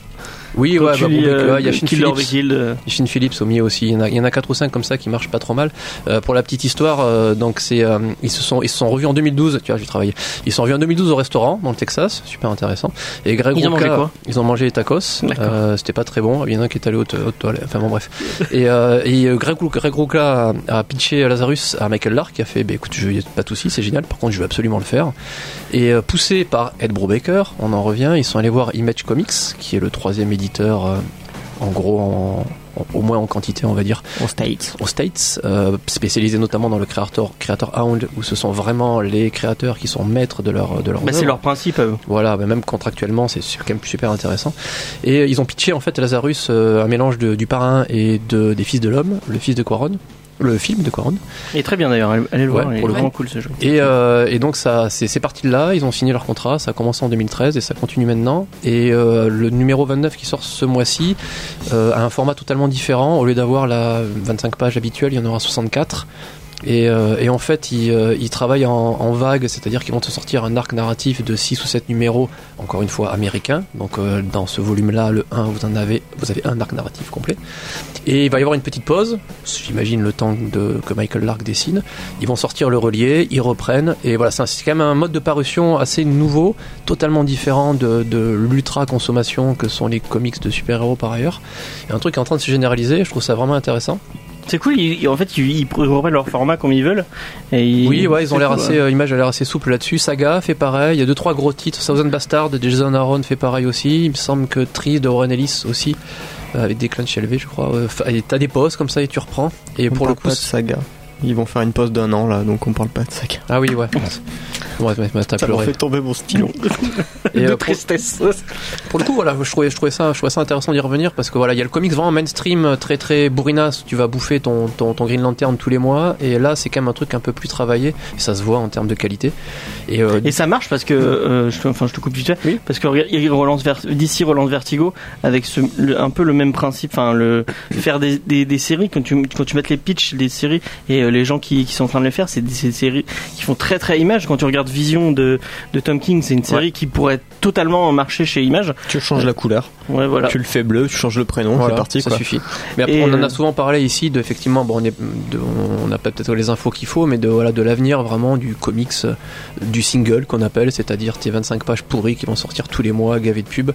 oui, Quand ouais, tu bah, lis, Brubaker, euh, il y a Shin Killer Phillips. Guild, euh, Shin Phillips au milieu aussi. Il y en a, il y en a 4 ou 5 comme ça qui marchent pas trop mal. Euh, pour la petite histoire, euh, donc c'est, euh, ils se sont, ils se sont revus en 2012. Tu vois, j'ai travaillé. Ils se sont revus en 2012 au restaurant dans le Texas. Super intéressant. Et Greg Ils ont Rucka- mangé quoi Ils ont mangé les tacos. D'accord. Euh, c'était pas très bon. Il y en a un qui est allé aux, to- aux toilettes. Enfin bon, bref. Et, euh, et euh, Greg, Rucka- Greg Rucka a, a pitché Lazarus à Michael Lark qui a fait, bah, écoute, je, y a pas de souci, c'est génial. Par contre, je veux absolument le faire. Et euh, poussé par Ed Brubaker, on en revient, ils sont allés voir Image Comics, qui est le troisième éditeur, euh, en gros, en- en- au moins en quantité, on va dire, on States. aux States, euh, spécialisé notamment dans le creator, creator Hound, où ce sont vraiment les créateurs qui sont maîtres de leur, de leur Bah, c'est œuvre. leur principe. à eux. Voilà, bah, même contractuellement, c'est su- quand même super intéressant. Et euh, ils ont pitché en fait Lazarus euh, un mélange de- du parrain et de, des Fils de l'Homme, le fils de Quaron, le film de Quaron. Et très bien d'ailleurs. Allez allez le Ouais, voir. il est pour le vraiment cool ce jeu. Et, euh, et donc ça, c'est, c'est parti de là, ils ont signé leur contrat, ça a commencé en 2013 et ça continue maintenant. Et euh, le numéro 29 qui sort ce mois-ci euh, a un format totalement différent. Au lieu d'avoir la 25 pages habituelle, il y en aura 64. Et, euh, et en fait, ils, euh, ils travaillent en, en vague, c'est-à-dire qu'ils vont te sortir un arc narratif de 6 ou 7 numéros, encore une fois américain. Donc euh, dans ce volume-là, le 1, vous en avez, vous avez un arc narratif complet. Et il va y avoir une petite pause, j'imagine le temps de, que Michael Lark dessine. Ils vont sortir le relier, ils reprennent, et voilà, c'est un- c'est quand même un mode de parution assez nouveau, totalement différent de, de l'ultra-consommation que sont les comics de super-héros par ailleurs. Et un truc qui est en train de se généraliser, je trouve ça vraiment intéressant. C'est cool. ils- ils- en fait, ils, ils reprennent leur format comme ils veulent. Et ils- Oui, ouais, ils ont c'est l'air cool, assez, ouais. euh, Image a l'air assez souple là-dessus. Saga fait pareil. Il y a deux trois gros titres. Thousand Bastard de Jason Aaron fait pareil aussi. Il me semble que Tree de Warren Ellis aussi euh, avec des clans LV, je crois. Euh, fa- et T'as des pauses comme ça et tu reprends. Et On pour le parle coup, pas de saga. Ils vont faire une pause d'un an là, donc on parle pas de saga. ah oui, ouais. Ouais, ouais, ouais, t'as Ça m'a pleuré. fait tomber mon stylo. Et, de euh, pour- tristesse. pour le coup voilà je trouvais, je trouvais ça je trouvais ça intéressant d'y revenir parce que voilà il y a le comics vraiment mainstream euh, très très bourrinas tu vas bouffer ton, ton, ton Green Lantern tous les mois et là c'est quand même un truc un peu plus travaillé et ça se voit en termes de qualité et, euh, Et ça marche parce que, euh, je, te- enfin, je te coupe vite fait, Oui. parce que regarde, il relance vers, d'ici relance Vertigo avec ce, le- un peu le même principe, enfin, le, faire des, des, des séries, quand tu, quand tu mets les pitchs des séries et euh, les gens qui, qui sont en train de les faire, c'est des, c'est des séries qui font très très image. Quand tu regardes Vision de, de Tom King, c'est une série qui pourrait totalement marcher chez Image. tu changes la couleur, Ouais, voilà. tu le fais bleu, tu changes le prénom, Voilà, c'est parti ça quoi. suffit. Mais après, Et, on euh, en a souvent parlé ici de effectivement, bon, on est, de- on a pas peut-être les infos qu'il faut, mais de voilà de l'avenir vraiment du comics, euh, du single qu'on appelle, c'est-à-dire tes 25 pages pourries qui vont sortir tous les mois, gavées de pub.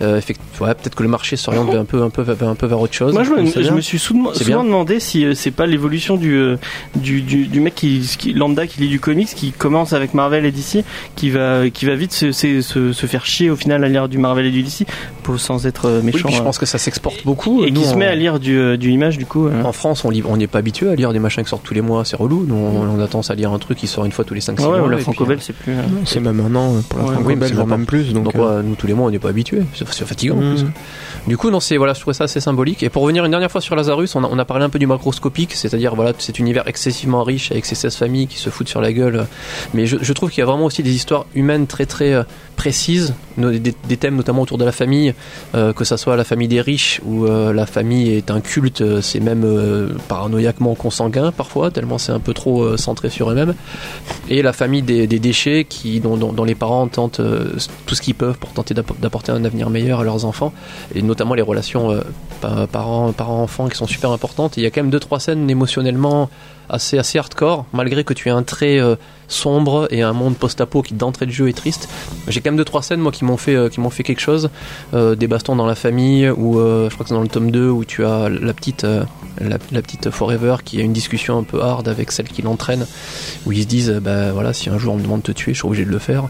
Euh, effect- ouais, peut-être que le marché s'oriente un peu, un peu, un peu vers autre chose. Oh. Moi, je me, C'est je bien. me suis souvent, C'est souvent bien. demandé si euh, c'est pas l'évolution du, euh, du, du, du mec qui, qui- lambda qui lit du comics, qui commence avec Marvel et DC, qui va, qui va vite se, se, se- se faire chier au final à lire du Marvel et du DC, pour, sans être euh, Oui, méchant. puis je euh, pense que ça s'exporte beaucoup. et Nous, qui se on- Hein met à lire du, euh, du image du coup. euh. En France, on lit- on n'est pas habitué à lire des machins qui sortent tous les mois, c'est relou. Nous, on, on a tendance à lire un truc qui sort une fois tous les 5-6 Ouais, ouais, mois. ou la et puis- franco c'est plus. euh, C'est même un an euh, pour la Ouais, franco oui, mais c'est voire pas- même plus. Donc, Donc, euh, ouais, nous, tous les mois, on n'est pas habitué. C'est c'est fatigant en plus. Hmm. Mm. Du coup, non, c'est voilà, je trouvais ça assez symbolique. Et pour revenir une dernière fois sur Lazarus, on a, on a parlé un peu du macroscopique, c'est-à-dire voilà cet univers excessivement riche avec ses 16 familles qui se foutent sur la gueule. Mais je, je trouve qu'il y a vraiment aussi des histoires humaines très très euh, précises, no- des, des thèmes notamment autour de la famille, euh, que ça soit la famille des riches où euh, la famille est un culte, euh, c'est même euh, paranoïaquement consanguin parfois, tellement c'est un peu trop euh, centré sur eux-mêmes. Et la famille des, des déchets qui dont, dont- dont les parents tentent euh, tout ce qu'ils peuvent pour tenter d'app- d'apporter un avenir meilleur à leurs enfants et notamment les relations euh, pa- parents- parents-enfants qui sont super importantes. Et il y a quand même deux trois scènes émotionnellement assez assez hardcore, malgré que tu aies un trait euh, sombre et un monde post-apo qui d'entrée de jeu est triste. J'ai quand même deux trois scènes moi qui m'ont fait euh, qui m'ont fait quelque chose, Euh, des bastons dans la famille ou euh, je crois que c'est dans le tome 2 où tu as la petite euh, la, la petite Forever qui a une discussion un peu hard avec celle qui l'entraîne où ils se disent euh, bah voilà si un jour on me demande de te tuer, je suis obligé de le faire.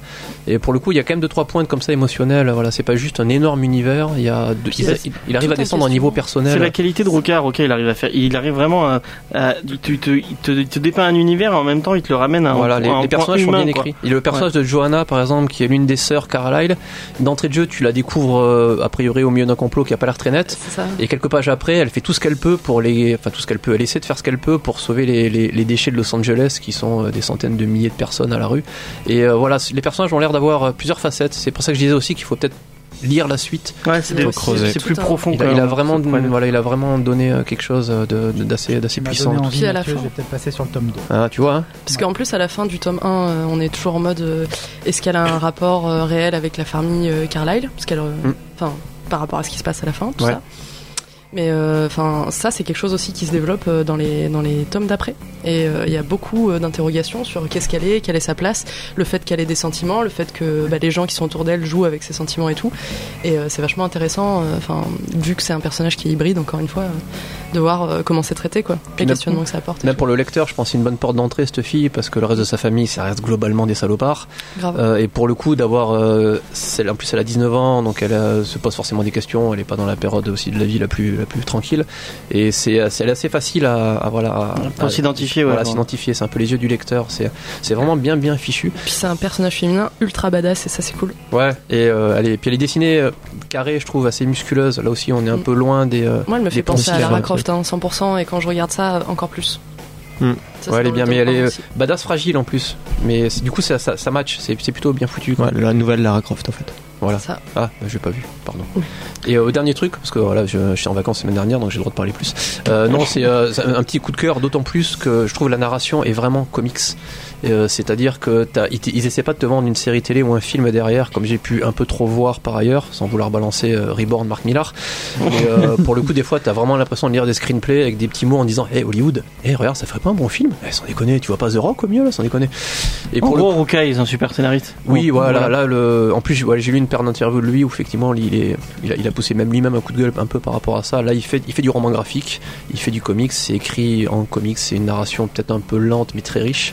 Et pour le coup, il y a quand même deux trois pointes comme ça émotionnelles. Voilà, c'est pas juste un énorme univers. Il y a, deux- Puis il, c'est- il- il arrive tout à un descendre un questionnement. niveau C'est personnel. la qualité de Rocard, ok, il arrive à faire, il arrive vraiment à, à- tu- tu- tu- il te, il te dépeint un univers et en même temps il te le ramène à un, Voilà, les, à Ah, un les point personnages humain, sont bien quoi. écrits. Et le personnage de Johanna, par exemple, qui est l'une des sœurs Carlyle, d'entrée de jeu, tu la découvres euh, a priori au milieu d'un complot qui a pas l'air très net. C'est ça. Et quelques pages après, elle fait tout ce qu'elle peut pour les, enfin tout ce qu'elle peut, elle essaie de faire ce qu'elle peut pour sauver les, les- les déchets de Los Angeles, qui sont euh, des centaines de milliers de personnes à la rue. Et euh, voilà, c- les personnages ont l'air d'avoir euh, plusieurs facettes. C'est pour ça que je disais aussi qu'il faut peut-être lire la suite. Ouais, c'est Il faut des- creuser. c'est plus Tout un- profond. Il a, quoi, il a hein, vraiment, ce problème. voilà, il a vraiment donné euh, quelque chose de- de- d'assez, d'assez Tu m'as puissant. donné envie, Puis à la Mathieu, fin. je vais peut-être passer sur le tome 2. Ah, tu vois. hein Parce qu'en plus, à la fin du tome 1, euh, on est toujours en mode euh, est-ce qu'elle a un rapport euh, réel avec la famille euh, Carlyle Parce qu'elle, euh, Mm. enfin, par rapport à ce qui se passe à la fin, tout Ouais. ça. Mais euh, enfin, ça, c'est quelque chose aussi qui se développe euh, dans les dans les tomes d'après. Et euh, il y a beaucoup euh, d'interrogations sur qu'est-ce qu'elle est, quelle est sa place, le fait qu'elle ait des sentiments, le fait que bah, les gens qui sont autour d'elle jouent avec ses sentiments et tout. Et euh, c'est vachement intéressant. euh, Enfin, vu que c'est un personnage qui est hybride, encore une fois, euh, de voir euh, comment c'est traité, quoi, les la- questionnements que ça apporte. et Même tout. pour le lecteur, je pense que c'est une bonne porte d'entrée cette fille parce que le reste de sa famille, ça reste globalement des salopards. Grave. Euh, et pour le coup, d'avoir euh, celle en plus elle a 19 ans, donc elle euh, se pose forcément des questions. Elle n'est pas dans la période aussi de la vie la plus la plus tranquille. Et c'est euh, c'est elle est assez facile à, à, voilà à- Pour à- s'identifier, ouais, voilà, bon. s'identifier. C'est un peu les yeux du lecteur. C'est c'est vraiment bien bien fichu. Puis c'est un personnage féminin ultra badass et ça c'est cool. Ouais. Et euh, elle est puis elle est dessinée euh, carrée, je trouve assez musculeuse. Là aussi, on est un Mm. peu loin des. euh, Moi elle me fait Des penser à posters, Lara ouais. Croft hein, 100% et quand je regarde ça encore plus. Hmm. Ça, Ouais, c'est elle est dans bien, le mais top elle est un euh, aussi. badass fragile en plus. Mais c'est- du coup, ça, ça, ça match, c'est c'est plutôt bien foutu. quoi. ouais, la nouvelle Lara Croft en fait. Voilà. Ça. Ah, bah, j'ai pas vu, pardon. Oui. Et euh, dernier truc, parce que voilà, je, je suis en vacances la semaine dernière, donc j'ai le droit de parler plus. Euh, non, c'est euh, c'est un petit coup de cœur, d'autant plus que je trouve la narration est vraiment comics. Euh, C'est-à-dire que t'as- ils, t- ils essaient pas de te vendre une série télé ou un film derrière, comme j'ai pu un peu trop voir par ailleurs, sans vouloir balancer euh, Reborn Mark Millar. Mais euh, pour le coup, des fois, t'as vraiment l'impression de lire des screenplays avec des petits mots en disant, hé Hollywood, hé regarde, ça ferait pas un bon film Eh, sans déconner, tu vois pas The Rock au mieux là, sans déconner. Et En pour le gros, Rocaille, c'est un super scénariste. oui, Bon, voilà, là, le... en plus, j'ai- ouais, j'ai lu une paire d'interviews de lui où effectivement, il, est... il, a, il a poussé même lui-même un coup de gueule un peu par rapport à ça. Là, il fait, il fait du roman graphique, il fait du comics, c'est écrit en comics, c'est une narration peut-être un peu lente mais très riche.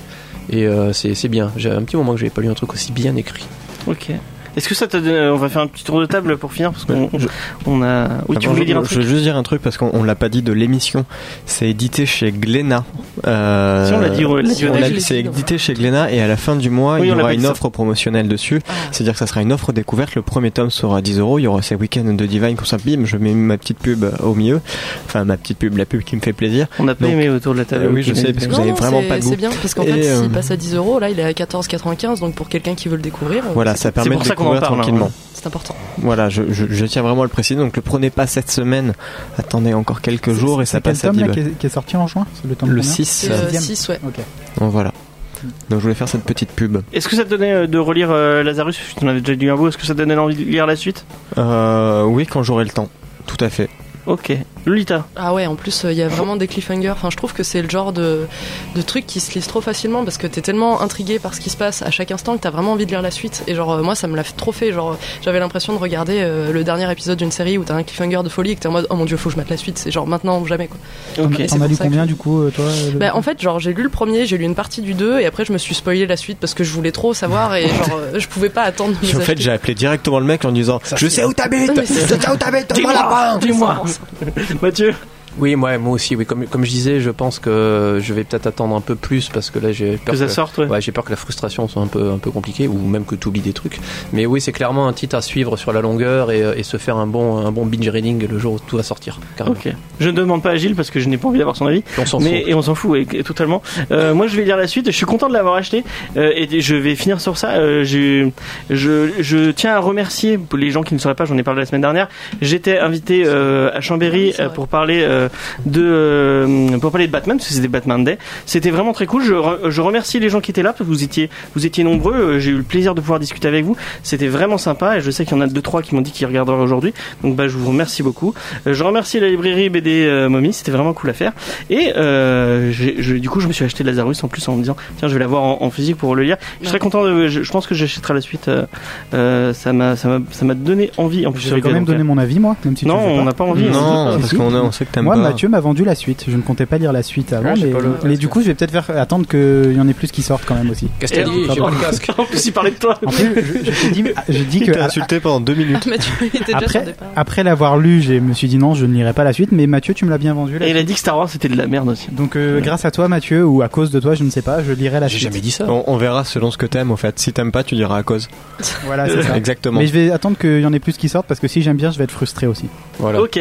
Et euh, c'est c'est bien. J'ai un petit moment que j'avais pas lu un truc aussi bien écrit. Ok. Est-ce que ça t'a donné- On va faire un petit tour de table pour finir parce qu'on Je- on a. Oui, tu Avant, voulais je, dire un je truc. veux juste dire un truc parce qu'on on l'a pas dit de l'émission. C'est édité chez Glénat. Euh, Si on l'a dit, on l'a dit, on on l'a l'a- dit. C'est édité chez Glénat et à la fin du mois, Oui, il y on aura l'appelle une ça. offre promotionnelle dessus. Ah. C'est-à-dire que ça sera une offre découverte. Le premier tome sera 10 euros. Il y aura ces week-ends de Divine comme ça. Bim, je mets ma petite pub au milieu. Enfin, ma petite pub, la pub qui me fait plaisir. On n'a pas Donc, aimé autour de la table. euh, oui, je ok. sais, parce que- Vous Non, avez non, vraiment c'est- pas de goût. C'est bien parce qu'en Et, fait euh, s'il passe à 10 euros là il est à 14,95 donc pour quelqu'un qui veut le découvrir euh, Voilà, ça permet pour de ça qu'on en découvrir parle, hein, tranquillement. c'est important. Voilà, je, je- je tiens vraiment à le préciser. Donc, le prenez pas cette semaine. Attendez encore quelques jours et C'est ça quel passe à tome là, Dib. qui, est, qui est sorti en juin C'est le tome Le combien 6. C'est euh, sixième. 6 ouais. Ok. Donc, voilà. Donc, je voulais faire cette petite pub. Est-ce que ça te donnait euh, de relire euh, Lazarus Tu en avais déjà lu un bout. Est-ce que ça te donnait envie de lire la suite Euh, oui, quand j'aurai le temps. Tout à fait. Ok. Lolita. Ah ouais, en plus, il y a vraiment des cliffhangers. Enfin, je trouve que c'est le genre de, de truc qui se lise trop facilement parce que t'es tellement intrigué par ce qui se passe à chaque instant que t'as vraiment envie de lire la suite. Et genre, euh, moi, ça me l'a fait trop fait. Genre, euh, j'avais l'impression de regarder euh, le dernier épisode d'une série où t'as un cliffhanger de folie et que t'es en mode, oh mon dieu, faut que je mette la suite. C'est genre maintenant ou jamais, quoi. Mm. Ok. Et c'est T'en as pour lu ça que- combien du coup, euh, toi euh, le- Bah, en fait, genre, j'ai lu le premier, j'ai lu une partie du 2 et après, je me suis spoilé la suite parce que je voulais trop savoir et genre, euh, je pouvais pas attendre. Puis en fait, j'ai appelé directement le mec en disant Je sais où t'habites Non, mais c'est Je sais où t'habites Dis-moi là-bas Dis-moi. Mathieu. Oui, moi, moi aussi. Oui, comme, comme je disais, je pense que je vais peut-être attendre un peu plus parce que là, j'ai peur Que ça sorte, ouais. Ouais, j'ai peur que la frustration soit un peu, un peu compliquée ou même que tu oublies des trucs. Mais oui, c'est clairement un titre à suivre sur la longueur et, euh, et se faire un bon, un bon binge reading le jour où tout va sortir. Carrément. Ok. Je ne demande pas à Gilles parce que je n'ai pas envie d'avoir son avis. Puis on s'en Mais, fout. et on s'en fout, ouais, et- totalement. Euh, moi, je vais lire la suite. Je suis content de l'avoir acheté. Euh, et je vais finir sur ça. Euh, j'ai- je, je tiens à remercier pour les gens qui ne sauraient pas. J'en ai parlé la semaine dernière. J'étais invité euh, à Chambéry Oui, c'est euh, vrai. pour parler euh, de euh, pour parler de Batman parce que c'était Batman Day. C'était vraiment très cool. Je, re- je remercie les gens qui étaient là parce que vous étiez vous étiez nombreux. Euh, J'ai eu le plaisir de pouvoir discuter avec vous. C'était vraiment sympa. Et je sais qu'il y en a deux trois qui m'ont dit qu'ils regarderaient aujourd'hui. Donc bah je vous remercie beaucoup. Euh, je remercie la librairie BD euh, Momie. C'était vraiment cool à faire. Et euh, j'ai- je- du coup, je me suis acheté Lazarus en plus en me disant tiens, je vais l'avoir en, en physique pour le lire. Je serais Ouais. content. De, je, je pense que j'achèterai la suite. euh, euh, ça m'a ça m'a ça m'a donné envie en plus. sur J'avais quand eBay, même donc, donné euh, mon avis, moi, même si tu non, le fais pas. on n'a pas envie. Non, Non, parce si. qu'on est- on sait que t'aimes Moi, pas. Mathieu m'a vendu la suite. Je ne comptais pas lire la suite avant, Ah, j'ai mais, pas le- mais du coup, je vais peut-être faire attendre qu'il y en ait plus qui sortent quand même aussi. Qu'est-ce Et que t'as dit en- J'ai pas le casque. en plus, il parlait de toi. En plus, je, je t'ai dit, je dis Il que euh, t'a insulté pendant deux minutes. Mais tu étais déjà sur le après, départ. après l'avoir lu, je me suis dit non, je ne lirai pas la suite. Mais Mathieu, tu me l'as bien vendu. la Et il suite. a dit que Star Wars c'était de la merde aussi. Donc, euh, grâce à toi, Mathieu, ou à cause de toi, je ne sais pas, je lirai la J'ai suite. jamais dit ça. On, on verra selon ce que t'aimes en fait. Si t'aimes pas, tu diras à cause. Voilà, c'est ça. Exactement. Mais je vais attendre qu'il y en ait plus qui sortent parce que si j'aime bien, je vais être frustré aussi. Voilà. Ok.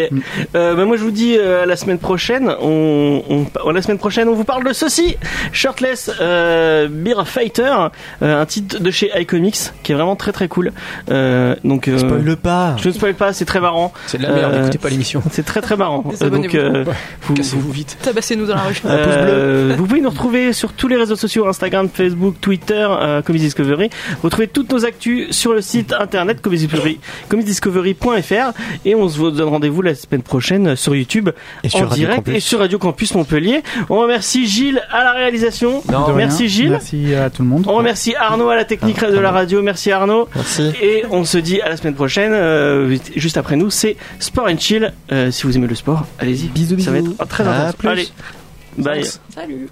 Euh, bah, moi, je vous dis euh, à la semaine prochaine. On, on- à la semaine prochaine, on vous parle de ceci. Shirtless euh, Beer Fighter, euh, un titre de chez iComics qui est vraiment très très cool. Euh, donc, euh, Spoil pas je ne spoil pas, c'est très marrant. C'est de la merde. Euh, Écoutez pas l'émission. C'est très très marrant. Euh, donc, Désabonnez-vous. euh, vous, Cassez-vous vite. Tabassez-nous dans la rue. euh, vous pouvez nous retrouver sur tous les réseaux sociaux Instagram, Facebook, Twitter, euh, Comics Discovery. Retrouvez toutes nos actus sur le site internet Comics Discovery- comicsdiscovery.fr et on se vous donne rendez-vous la semaine prochaine sur YouTube Et en sur Radio direct Campus. et sur Radio Campus Montpellier. On remercie Gilles à la réalisation. Non, De rien. merci Gilles. Merci à tout le monde. On remercie Arnaud à la technique de la radio. Merci Arnaud. Merci. Et on se dit à la semaine prochaine. euh, juste après nous, c'est Sport and Chill. Euh, si vous aimez le sport, allez-y. Bisous, Ça va bisous. être très À intense. plus. Allez, bye. Salut.